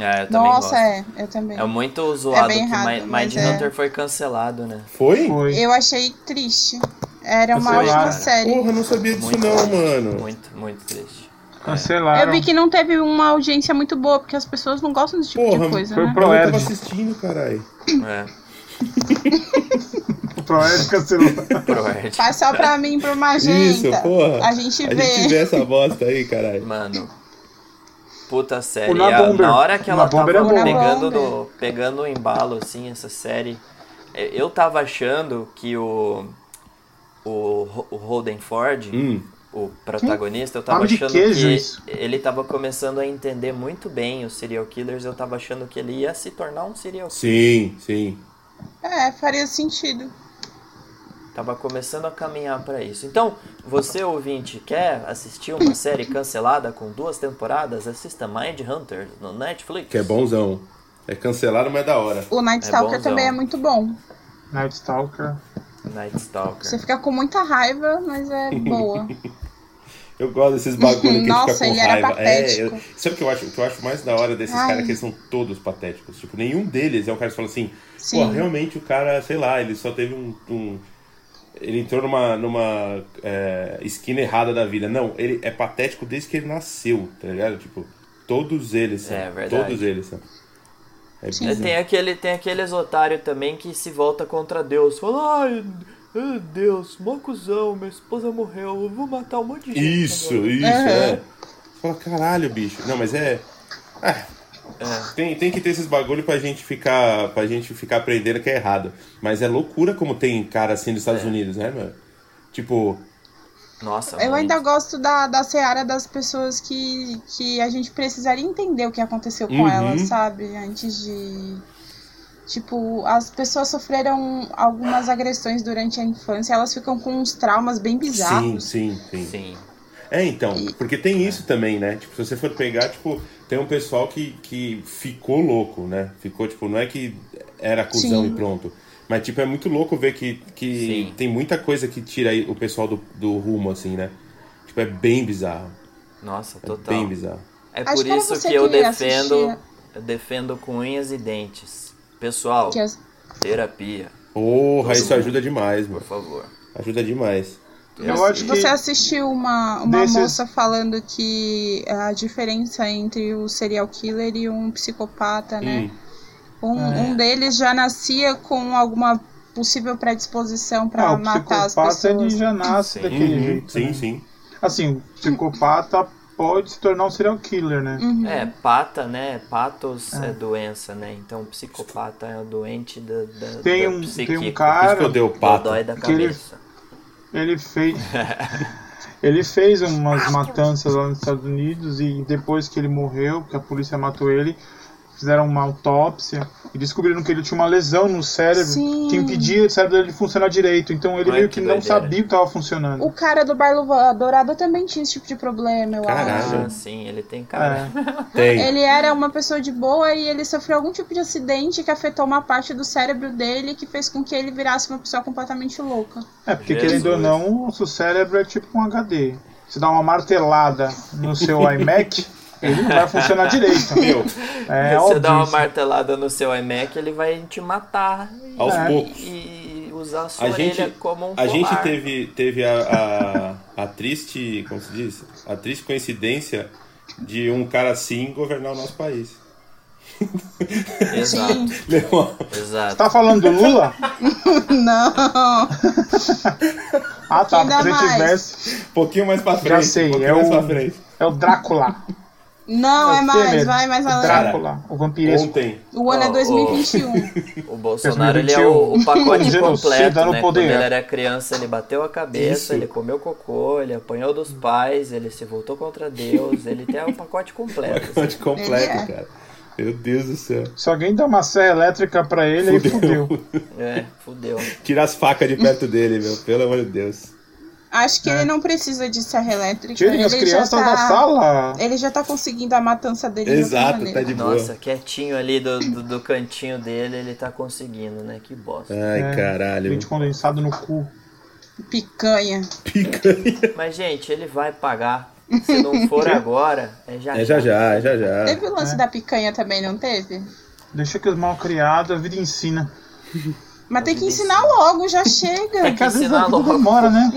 [SPEAKER 2] É, eu também
[SPEAKER 4] Nossa,
[SPEAKER 2] gosto.
[SPEAKER 4] é, eu também.
[SPEAKER 3] um-
[SPEAKER 2] É muito zoado
[SPEAKER 4] bem
[SPEAKER 2] que
[SPEAKER 4] errado,
[SPEAKER 2] Mi-
[SPEAKER 4] mas
[SPEAKER 2] Mindhunter
[SPEAKER 4] é.
[SPEAKER 2] foi cancelado, né?
[SPEAKER 3] Foi?
[SPEAKER 1] Foi.
[SPEAKER 4] Eu achei triste. Era uma
[SPEAKER 1] Sei lá.
[SPEAKER 4] ótima série.
[SPEAKER 3] Porra, eu não sabia disso
[SPEAKER 2] Muito
[SPEAKER 3] não,
[SPEAKER 2] triste,
[SPEAKER 3] mano.
[SPEAKER 2] Muito, muito triste.
[SPEAKER 4] Eu
[SPEAKER 1] Cancelaram.
[SPEAKER 4] vi que não teve uma audiência muito boa, porque as pessoas não gostam desse tipo
[SPEAKER 3] Porra,
[SPEAKER 4] de coisa,
[SPEAKER 1] foi
[SPEAKER 4] né?
[SPEAKER 1] pro-
[SPEAKER 3] Mas eu
[SPEAKER 1] Ed.
[SPEAKER 3] tava assistindo, caralho.
[SPEAKER 2] É,
[SPEAKER 1] O Proerd cancelou. [laughs]
[SPEAKER 2] Proerd.
[SPEAKER 4] Faz só pra mim, pra uma
[SPEAKER 3] Isso,
[SPEAKER 4] gente.
[SPEAKER 3] porra.
[SPEAKER 4] A gente
[SPEAKER 3] A
[SPEAKER 4] vê.
[SPEAKER 3] gente vê essa bosta aí, caralho.
[SPEAKER 2] Mano. Puta série.
[SPEAKER 1] O Na
[SPEAKER 2] E a-
[SPEAKER 1] Bomber.
[SPEAKER 2] na hora que
[SPEAKER 1] O
[SPEAKER 2] ela
[SPEAKER 1] Na Bomber
[SPEAKER 2] tava
[SPEAKER 4] é bom.
[SPEAKER 2] pegando,
[SPEAKER 4] Na Bomber.
[SPEAKER 2] do, pegando o embalo, assim, essa série, eh, eu tava achando que o. O, Ho- o Holden Ford,
[SPEAKER 3] Hum,
[SPEAKER 2] o protagonista, eu tava
[SPEAKER 1] Nome de
[SPEAKER 2] achando
[SPEAKER 1] queijo,
[SPEAKER 2] que
[SPEAKER 1] isso.
[SPEAKER 2] ele tava começando a entender muito bem os serial killers. Eu tava achando que ele ia se tornar um serial
[SPEAKER 3] sim, sim.
[SPEAKER 4] É, faria sentido.
[SPEAKER 2] Tava começando a caminhar pra isso. Então, você ouvinte quer assistir uma série cancelada com duas temporadas, assista Mind Hunter no Netflix.
[SPEAKER 3] Que é bonzão. É cancelado, mas é da hora.
[SPEAKER 4] O Night
[SPEAKER 2] É
[SPEAKER 4] Stalker
[SPEAKER 2] bonzão.
[SPEAKER 4] também é muito bom.
[SPEAKER 1] Night Stalker.
[SPEAKER 2] Night Stalker.
[SPEAKER 1] É.
[SPEAKER 4] Você fica com muita raiva, mas é
[SPEAKER 1] [laughs]
[SPEAKER 4] boa.
[SPEAKER 3] Eu gosto desses bagulho que
[SPEAKER 4] Nossa,
[SPEAKER 3] fica com
[SPEAKER 4] ele era
[SPEAKER 3] raiva. É, eu,
[SPEAKER 4] patético.
[SPEAKER 3] sabe o que eu acho? O que eu acho mais da hora desses
[SPEAKER 4] Ai.
[SPEAKER 3] caras é que eles são todos patéticos. Tipo, nenhum deles é um cara que fala assim,
[SPEAKER 4] Sim.
[SPEAKER 3] pô, realmente o cara, sei lá, ele só teve um. um- ele entrou numa, numa é, esquina errada da vida. Não, ele é patético desde que ele nasceu, tá ligado? Tipo, todos eles são.
[SPEAKER 2] É, verdade.
[SPEAKER 3] Todos eles são. É
[SPEAKER 4] Sim.
[SPEAKER 2] É,
[SPEAKER 3] bizarro.
[SPEAKER 2] Tem, aquele, tem aqueles otários também que se volta contra Deus. Fala, ai, ai, Deus, mó cuzão, minha esposa morreu, eu vou matar um monte de gente.
[SPEAKER 3] Isso,
[SPEAKER 2] agora."
[SPEAKER 3] isso,
[SPEAKER 4] Aham.
[SPEAKER 3] é. Você fala, caralho, bicho. Não, mas é. ah, Tem, tem que ter esses bagulho pra gente ficar. pra gente ficar aprendendo que é errado. Mas é loucura como tem cara assim nos Estados
[SPEAKER 2] É.
[SPEAKER 3] Unidos, né, mano? Tipo,
[SPEAKER 2] Nossa,
[SPEAKER 4] Eu
[SPEAKER 1] Tá
[SPEAKER 2] muito.
[SPEAKER 4] ainda gosto da, da seara das pessoas que, que a gente precisaria entender o que aconteceu com
[SPEAKER 3] Uhum.
[SPEAKER 4] elas, sabe? Antes de. Tipo, as pessoas sofreram algumas agressões durante a infância, elas ficam com uns traumas bem
[SPEAKER 3] sim,
[SPEAKER 4] bizarros.
[SPEAKER 3] sim, sim,
[SPEAKER 2] Sim.
[SPEAKER 3] É, então, porque tem
[SPEAKER 4] é.
[SPEAKER 3] isso também, né? Tipo, se você for pegar, tipo, tem um pessoal que, que ficou louco, né? Ficou, tipo, não é que era cuzão
[SPEAKER 4] Sim.
[SPEAKER 3] e pronto. Mas, tipo, é muito louco ver que, que
[SPEAKER 2] Sim.
[SPEAKER 3] tem muita coisa que tira aí o pessoal do, do rumo, assim, né? Tipo, é bem bizarro.
[SPEAKER 2] Nossa,
[SPEAKER 3] É
[SPEAKER 2] total.
[SPEAKER 3] bem bizarro.
[SPEAKER 2] É
[SPEAKER 4] Acho
[SPEAKER 2] por
[SPEAKER 4] que era
[SPEAKER 2] isso
[SPEAKER 4] você
[SPEAKER 2] que eu
[SPEAKER 4] que
[SPEAKER 2] defendo,
[SPEAKER 4] assistia.
[SPEAKER 2] eu defendo com unhas e dentes. Pessoal,
[SPEAKER 4] Que é- as-
[SPEAKER 2] terapia,
[SPEAKER 3] Porra, isso ajuda demais,
[SPEAKER 2] por
[SPEAKER 3] mano.
[SPEAKER 2] favor.
[SPEAKER 3] Ajuda demais.
[SPEAKER 1] Eu acho que
[SPEAKER 4] Você assistiu uma, uma
[SPEAKER 1] Desses-
[SPEAKER 4] moça falando que a diferença entre o serial killer e um psicopata, né?
[SPEAKER 3] Hum.
[SPEAKER 4] Um,
[SPEAKER 1] É.
[SPEAKER 4] um deles já nascia com alguma possível predisposição pra
[SPEAKER 1] Ah, o
[SPEAKER 4] matar as
[SPEAKER 1] psicopata ele
[SPEAKER 4] pessoas.
[SPEAKER 1] já nasce
[SPEAKER 2] Sim.
[SPEAKER 1] daquele
[SPEAKER 3] Uhum,
[SPEAKER 1] jeito.
[SPEAKER 3] sim,
[SPEAKER 1] né?
[SPEAKER 3] sim.
[SPEAKER 1] Assim, o psicopata pode se tornar um serial killer, né?
[SPEAKER 4] Uhum.
[SPEAKER 2] É, pata, né? Patos é doença, né? Então, psicopata é o doente da,
[SPEAKER 1] Tem
[SPEAKER 2] da, da
[SPEAKER 1] um- tem um
[SPEAKER 2] psique,
[SPEAKER 3] Por [laughs]
[SPEAKER 1] cara-
[SPEAKER 3] isso que eu dei o pato.
[SPEAKER 2] dói da
[SPEAKER 1] que ele-
[SPEAKER 2] cabeça.
[SPEAKER 1] Ele
[SPEAKER 4] [laughs]
[SPEAKER 1] fez. ele fez umas matanças lá nos Estados Unidos e depois que ele morreu, que a polícia matou ele, fizeram uma autópsia e descobriram que ele tinha uma lesão no cérebro
[SPEAKER 4] Sim.
[SPEAKER 1] que impedia o cérebro dele de funcionar direito. Então ele
[SPEAKER 2] Ai,
[SPEAKER 1] meio que,
[SPEAKER 2] que
[SPEAKER 1] não
[SPEAKER 2] doideira.
[SPEAKER 1] sabia o que estava funcionando.
[SPEAKER 4] O cara do Barlo Va- Dourado também tinha esse tipo de problema, eu acho.
[SPEAKER 3] Caralho.
[SPEAKER 2] Ah, sim, ele tem cara.
[SPEAKER 1] É,
[SPEAKER 3] Tem.
[SPEAKER 4] Ele era uma pessoa de boa e ele sofreu algum tipo de acidente que afetou uma parte do cérebro dele que fez com que ele virasse uma pessoa completamente louca.
[SPEAKER 1] é porque
[SPEAKER 2] Jesus.
[SPEAKER 1] querendo ou não, o seu cérebro é tipo um HD. Você dá uma martelada no seu
[SPEAKER 2] [laughs]
[SPEAKER 1] iMac, ele não vai funcionar direito.
[SPEAKER 3] Meu,
[SPEAKER 1] É
[SPEAKER 2] Se
[SPEAKER 1] óbvio.
[SPEAKER 2] você dá uma
[SPEAKER 1] isso.
[SPEAKER 2] martelada no seu iMac, ele vai te matar. e-
[SPEAKER 3] aos
[SPEAKER 1] É.
[SPEAKER 3] poucos.
[SPEAKER 2] E usar a sua
[SPEAKER 3] A gente-
[SPEAKER 2] orelha como um
[SPEAKER 3] A gente
[SPEAKER 2] colar.
[SPEAKER 3] teve, teve a, a, a triste, como se diz? A triste coincidência de um cara assim governar o nosso país. [laughs]
[SPEAKER 2] Exato,
[SPEAKER 3] Não,
[SPEAKER 2] exato.
[SPEAKER 1] Tá falando do Lula?
[SPEAKER 4] [laughs] Não!
[SPEAKER 1] Ah tá,
[SPEAKER 4] Ainda
[SPEAKER 1] porque se
[SPEAKER 4] mais.
[SPEAKER 1] tivesse.
[SPEAKER 3] um pouquinho mais pra frente.
[SPEAKER 1] Já sei,
[SPEAKER 3] um pouquinho
[SPEAKER 1] é
[SPEAKER 3] mais
[SPEAKER 1] o-
[SPEAKER 3] pra frente.
[SPEAKER 1] É o Drácula.
[SPEAKER 4] Não, é mais, vai mais
[SPEAKER 1] o
[SPEAKER 4] além.
[SPEAKER 1] Drácula, o vampiresco.
[SPEAKER 3] [laughs] Ontem.
[SPEAKER 4] O ano
[SPEAKER 2] Oh,
[SPEAKER 4] é
[SPEAKER 2] oh.
[SPEAKER 4] 2021.
[SPEAKER 2] O Bolsonaro, ele é
[SPEAKER 1] 2021.
[SPEAKER 2] o, o pacote
[SPEAKER 1] Genocida
[SPEAKER 2] completo,
[SPEAKER 1] no
[SPEAKER 2] né? Quando
[SPEAKER 1] poder.
[SPEAKER 2] ele era criança, ele bateu a cabeça,
[SPEAKER 3] Isso.
[SPEAKER 2] ele comeu cocô, ele apanhou dos pais, ele se voltou contra Deus, ele tem o pacote completo.
[SPEAKER 3] [laughs] Pacote completo,
[SPEAKER 4] Ele é.
[SPEAKER 3] cara. Meu Deus do céu.
[SPEAKER 1] Se alguém der uma serra elétrica pra ele, aí fudeu.
[SPEAKER 2] É, fudeu.
[SPEAKER 3] Tira as facas de perto dele, meu. Pelo amor de Deus.
[SPEAKER 4] Acho que ele não precisa de serra elétrica.
[SPEAKER 1] É. Tirem
[SPEAKER 4] ele
[SPEAKER 1] as
[SPEAKER 4] já
[SPEAKER 1] crianças
[SPEAKER 4] tá-
[SPEAKER 1] da sala.
[SPEAKER 4] Ele já tá conseguindo a matança dele. de outra
[SPEAKER 3] Exato, [laughs]
[SPEAKER 4] maneira.
[SPEAKER 3] tá de boa.
[SPEAKER 2] Nossa, quietinho ali do, do, do cantinho dele, ele tá conseguindo, né? Que bosta.
[SPEAKER 3] Ai,
[SPEAKER 1] É,
[SPEAKER 3] caralho. [laughs]
[SPEAKER 1] Leite condensado no cu.
[SPEAKER 3] tá-
[SPEAKER 4] Picanha.
[SPEAKER 3] Picanha.
[SPEAKER 2] Mas, gente, ele vai pagar. Se não
[SPEAKER 3] [laughs]
[SPEAKER 2] for agora, é já
[SPEAKER 3] É já já, é já já.
[SPEAKER 4] Teve o lance da picanha também, não teve?
[SPEAKER 1] Deixa que os mal criados, a vida ensina.
[SPEAKER 4] Mas tem que
[SPEAKER 2] Evidência.
[SPEAKER 4] ensinar logo, já chega.
[SPEAKER 2] Tem
[SPEAKER 4] [laughs]
[SPEAKER 1] É
[SPEAKER 2] que
[SPEAKER 1] que às vezes
[SPEAKER 2] ensinar
[SPEAKER 1] a vida
[SPEAKER 2] logo.
[SPEAKER 1] demora, né?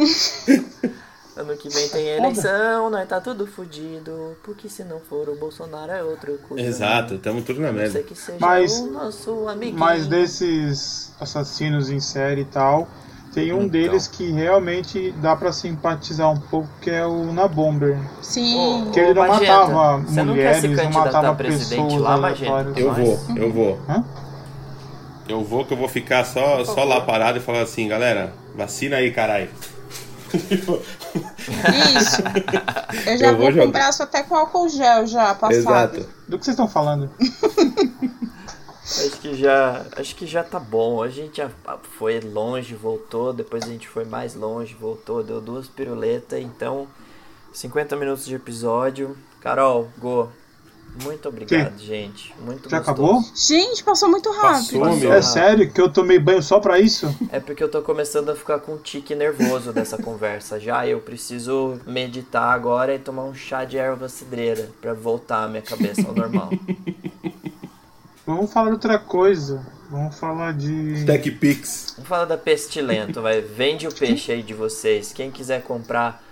[SPEAKER 2] Ano que vem tem eleição, nós tá tudo fudido. Porque se não for o Bolsonaro é outra coisa.
[SPEAKER 3] Exato, estamos tudo na
[SPEAKER 2] A não ser
[SPEAKER 3] merda.
[SPEAKER 2] que seja
[SPEAKER 1] Mas-
[SPEAKER 2] o nosso amiguinho.
[SPEAKER 1] Mas desses assassinos em série e tal, tem um
[SPEAKER 2] Então.
[SPEAKER 1] deles que realmente dá pra simpatizar um pouco, que é o Nabomber.
[SPEAKER 4] Sim.
[SPEAKER 1] Que ele
[SPEAKER 2] Ô,
[SPEAKER 1] não
[SPEAKER 2] Magenta,
[SPEAKER 1] matava
[SPEAKER 2] você não quer se
[SPEAKER 1] mulheres, não
[SPEAKER 2] candidatar a
[SPEAKER 1] matava
[SPEAKER 2] presidente
[SPEAKER 1] pessoas
[SPEAKER 2] lá, Magenta?
[SPEAKER 1] aleatórias.
[SPEAKER 3] Eu
[SPEAKER 2] Nós?
[SPEAKER 3] vou, eu vou.
[SPEAKER 1] Hã?
[SPEAKER 3] Eu vou que eu vou ficar só, só lá parado e falar assim, galera, vacina aí, caralho.
[SPEAKER 4] Isso. Eu já
[SPEAKER 3] Eu vou
[SPEAKER 4] vou,
[SPEAKER 3] jogar.
[SPEAKER 4] com o braço até com álcool gel já passado.
[SPEAKER 1] Do que vocês estão falando?
[SPEAKER 2] Acho que já, acho que já tá bom. A gente já foi longe, voltou, depois a gente foi mais longe, voltou, deu duas piruletas, então 50 minutos de episódio. Carol, Go, muito obrigado, gente. Muito
[SPEAKER 1] Já
[SPEAKER 2] gostoso.
[SPEAKER 1] acabou?
[SPEAKER 4] Gente, passou muito rápido.
[SPEAKER 3] Passou, meu.
[SPEAKER 1] É sério que eu tomei banho só pra isso?
[SPEAKER 2] É porque eu tô começando a ficar com um tique nervoso dessa [laughs] conversa já. Eu preciso meditar agora e tomar um chá de erva cidreira pra voltar a minha cabeça ao normal.
[SPEAKER 1] Vamos falar de outra coisa. Vamos falar de.
[SPEAKER 3] Tech Pix.
[SPEAKER 2] Vamos falar da Pestilento, vai. Vende o peixe aí de vocês. Quem quiser comprar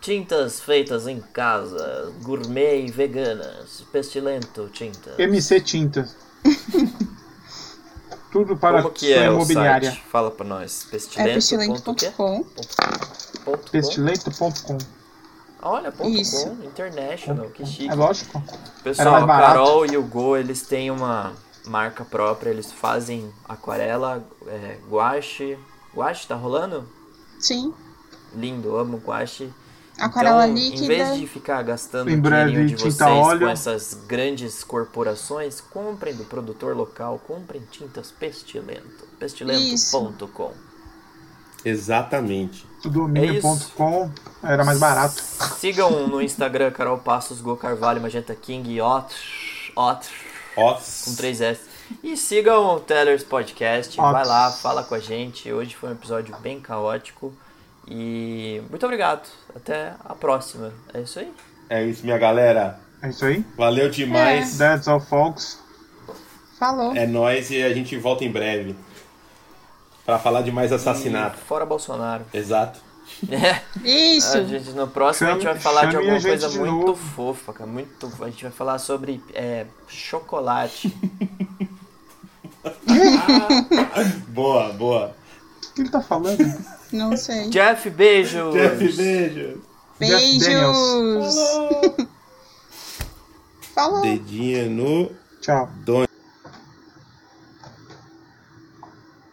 [SPEAKER 2] tintas feitas em casa, gourmet e veganas. Pestilento tintas.
[SPEAKER 1] MC Tinta. Tudo para
[SPEAKER 2] Como que é
[SPEAKER 1] sua
[SPEAKER 2] o
[SPEAKER 1] imobiliária.
[SPEAKER 2] site? Fala pra nós.
[SPEAKER 4] É
[SPEAKER 2] Pestilento.com.
[SPEAKER 4] pestilento.com.
[SPEAKER 1] Pestilento.com.
[SPEAKER 2] Olha, ponto
[SPEAKER 4] Isso.
[SPEAKER 2] com, international, que chique.
[SPEAKER 1] É lógico.
[SPEAKER 2] Pessoal, a
[SPEAKER 1] mais barato.
[SPEAKER 2] Carol e o Go, eles têm uma marca própria, eles fazem aquarela, é, guache. Guache, tá rolando?
[SPEAKER 4] Sim.
[SPEAKER 2] Lindo, amo guache.
[SPEAKER 4] Aquarela
[SPEAKER 2] então, Em
[SPEAKER 4] líquida.
[SPEAKER 2] vez de ficar gastando
[SPEAKER 1] Em
[SPEAKER 2] o
[SPEAKER 1] breve,
[SPEAKER 2] dinheirinho de
[SPEAKER 1] tinta
[SPEAKER 2] vocês
[SPEAKER 1] óleo.
[SPEAKER 2] com essas grandes corporações, comprem do produtor local, comprem tintas Pestilento. Pestilento.com.
[SPEAKER 3] Exatamente.
[SPEAKER 2] É
[SPEAKER 1] Domínio.com era É mais barato.
[SPEAKER 2] Sigam no Instagram Carol Passos, Go Carvalho, Magenta King, Otter, Otter.
[SPEAKER 3] Ó.
[SPEAKER 2] com 3S. E sigam o Tellers Podcast,
[SPEAKER 1] Ó.
[SPEAKER 2] vai lá, fala com a gente. Hoje foi um episódio bem caótico. E muito obrigado. Até a próxima. É isso aí.
[SPEAKER 3] É isso, minha galera.
[SPEAKER 1] É isso aí.
[SPEAKER 3] Valeu demais.
[SPEAKER 1] That's all, folks.
[SPEAKER 4] Falou.
[SPEAKER 3] É, nóis e a gente volta em breve. Pra falar de mais assassinato.
[SPEAKER 2] E fora Bolsonaro.
[SPEAKER 3] Exato.
[SPEAKER 2] É,
[SPEAKER 4] Isso.
[SPEAKER 2] a gente, no próximo a gente vai
[SPEAKER 1] Chame-
[SPEAKER 2] falar de
[SPEAKER 1] chame
[SPEAKER 2] alguma
[SPEAKER 1] a gente
[SPEAKER 2] coisa
[SPEAKER 1] de
[SPEAKER 2] muito
[SPEAKER 1] novo.
[SPEAKER 2] fofa, cara. Muito, a gente vai falar sobre é, chocolate. [laughs]
[SPEAKER 3] Boa, boa.
[SPEAKER 1] O que ele tá
[SPEAKER 2] [laughs]
[SPEAKER 1] falando?
[SPEAKER 4] Não sei.
[SPEAKER 2] Jeff, beijo!
[SPEAKER 3] Jeff, beijo.
[SPEAKER 1] Jeff Daniels.
[SPEAKER 4] Beijos. Falou.
[SPEAKER 3] Dedinho no
[SPEAKER 1] Tchau.
[SPEAKER 3] don.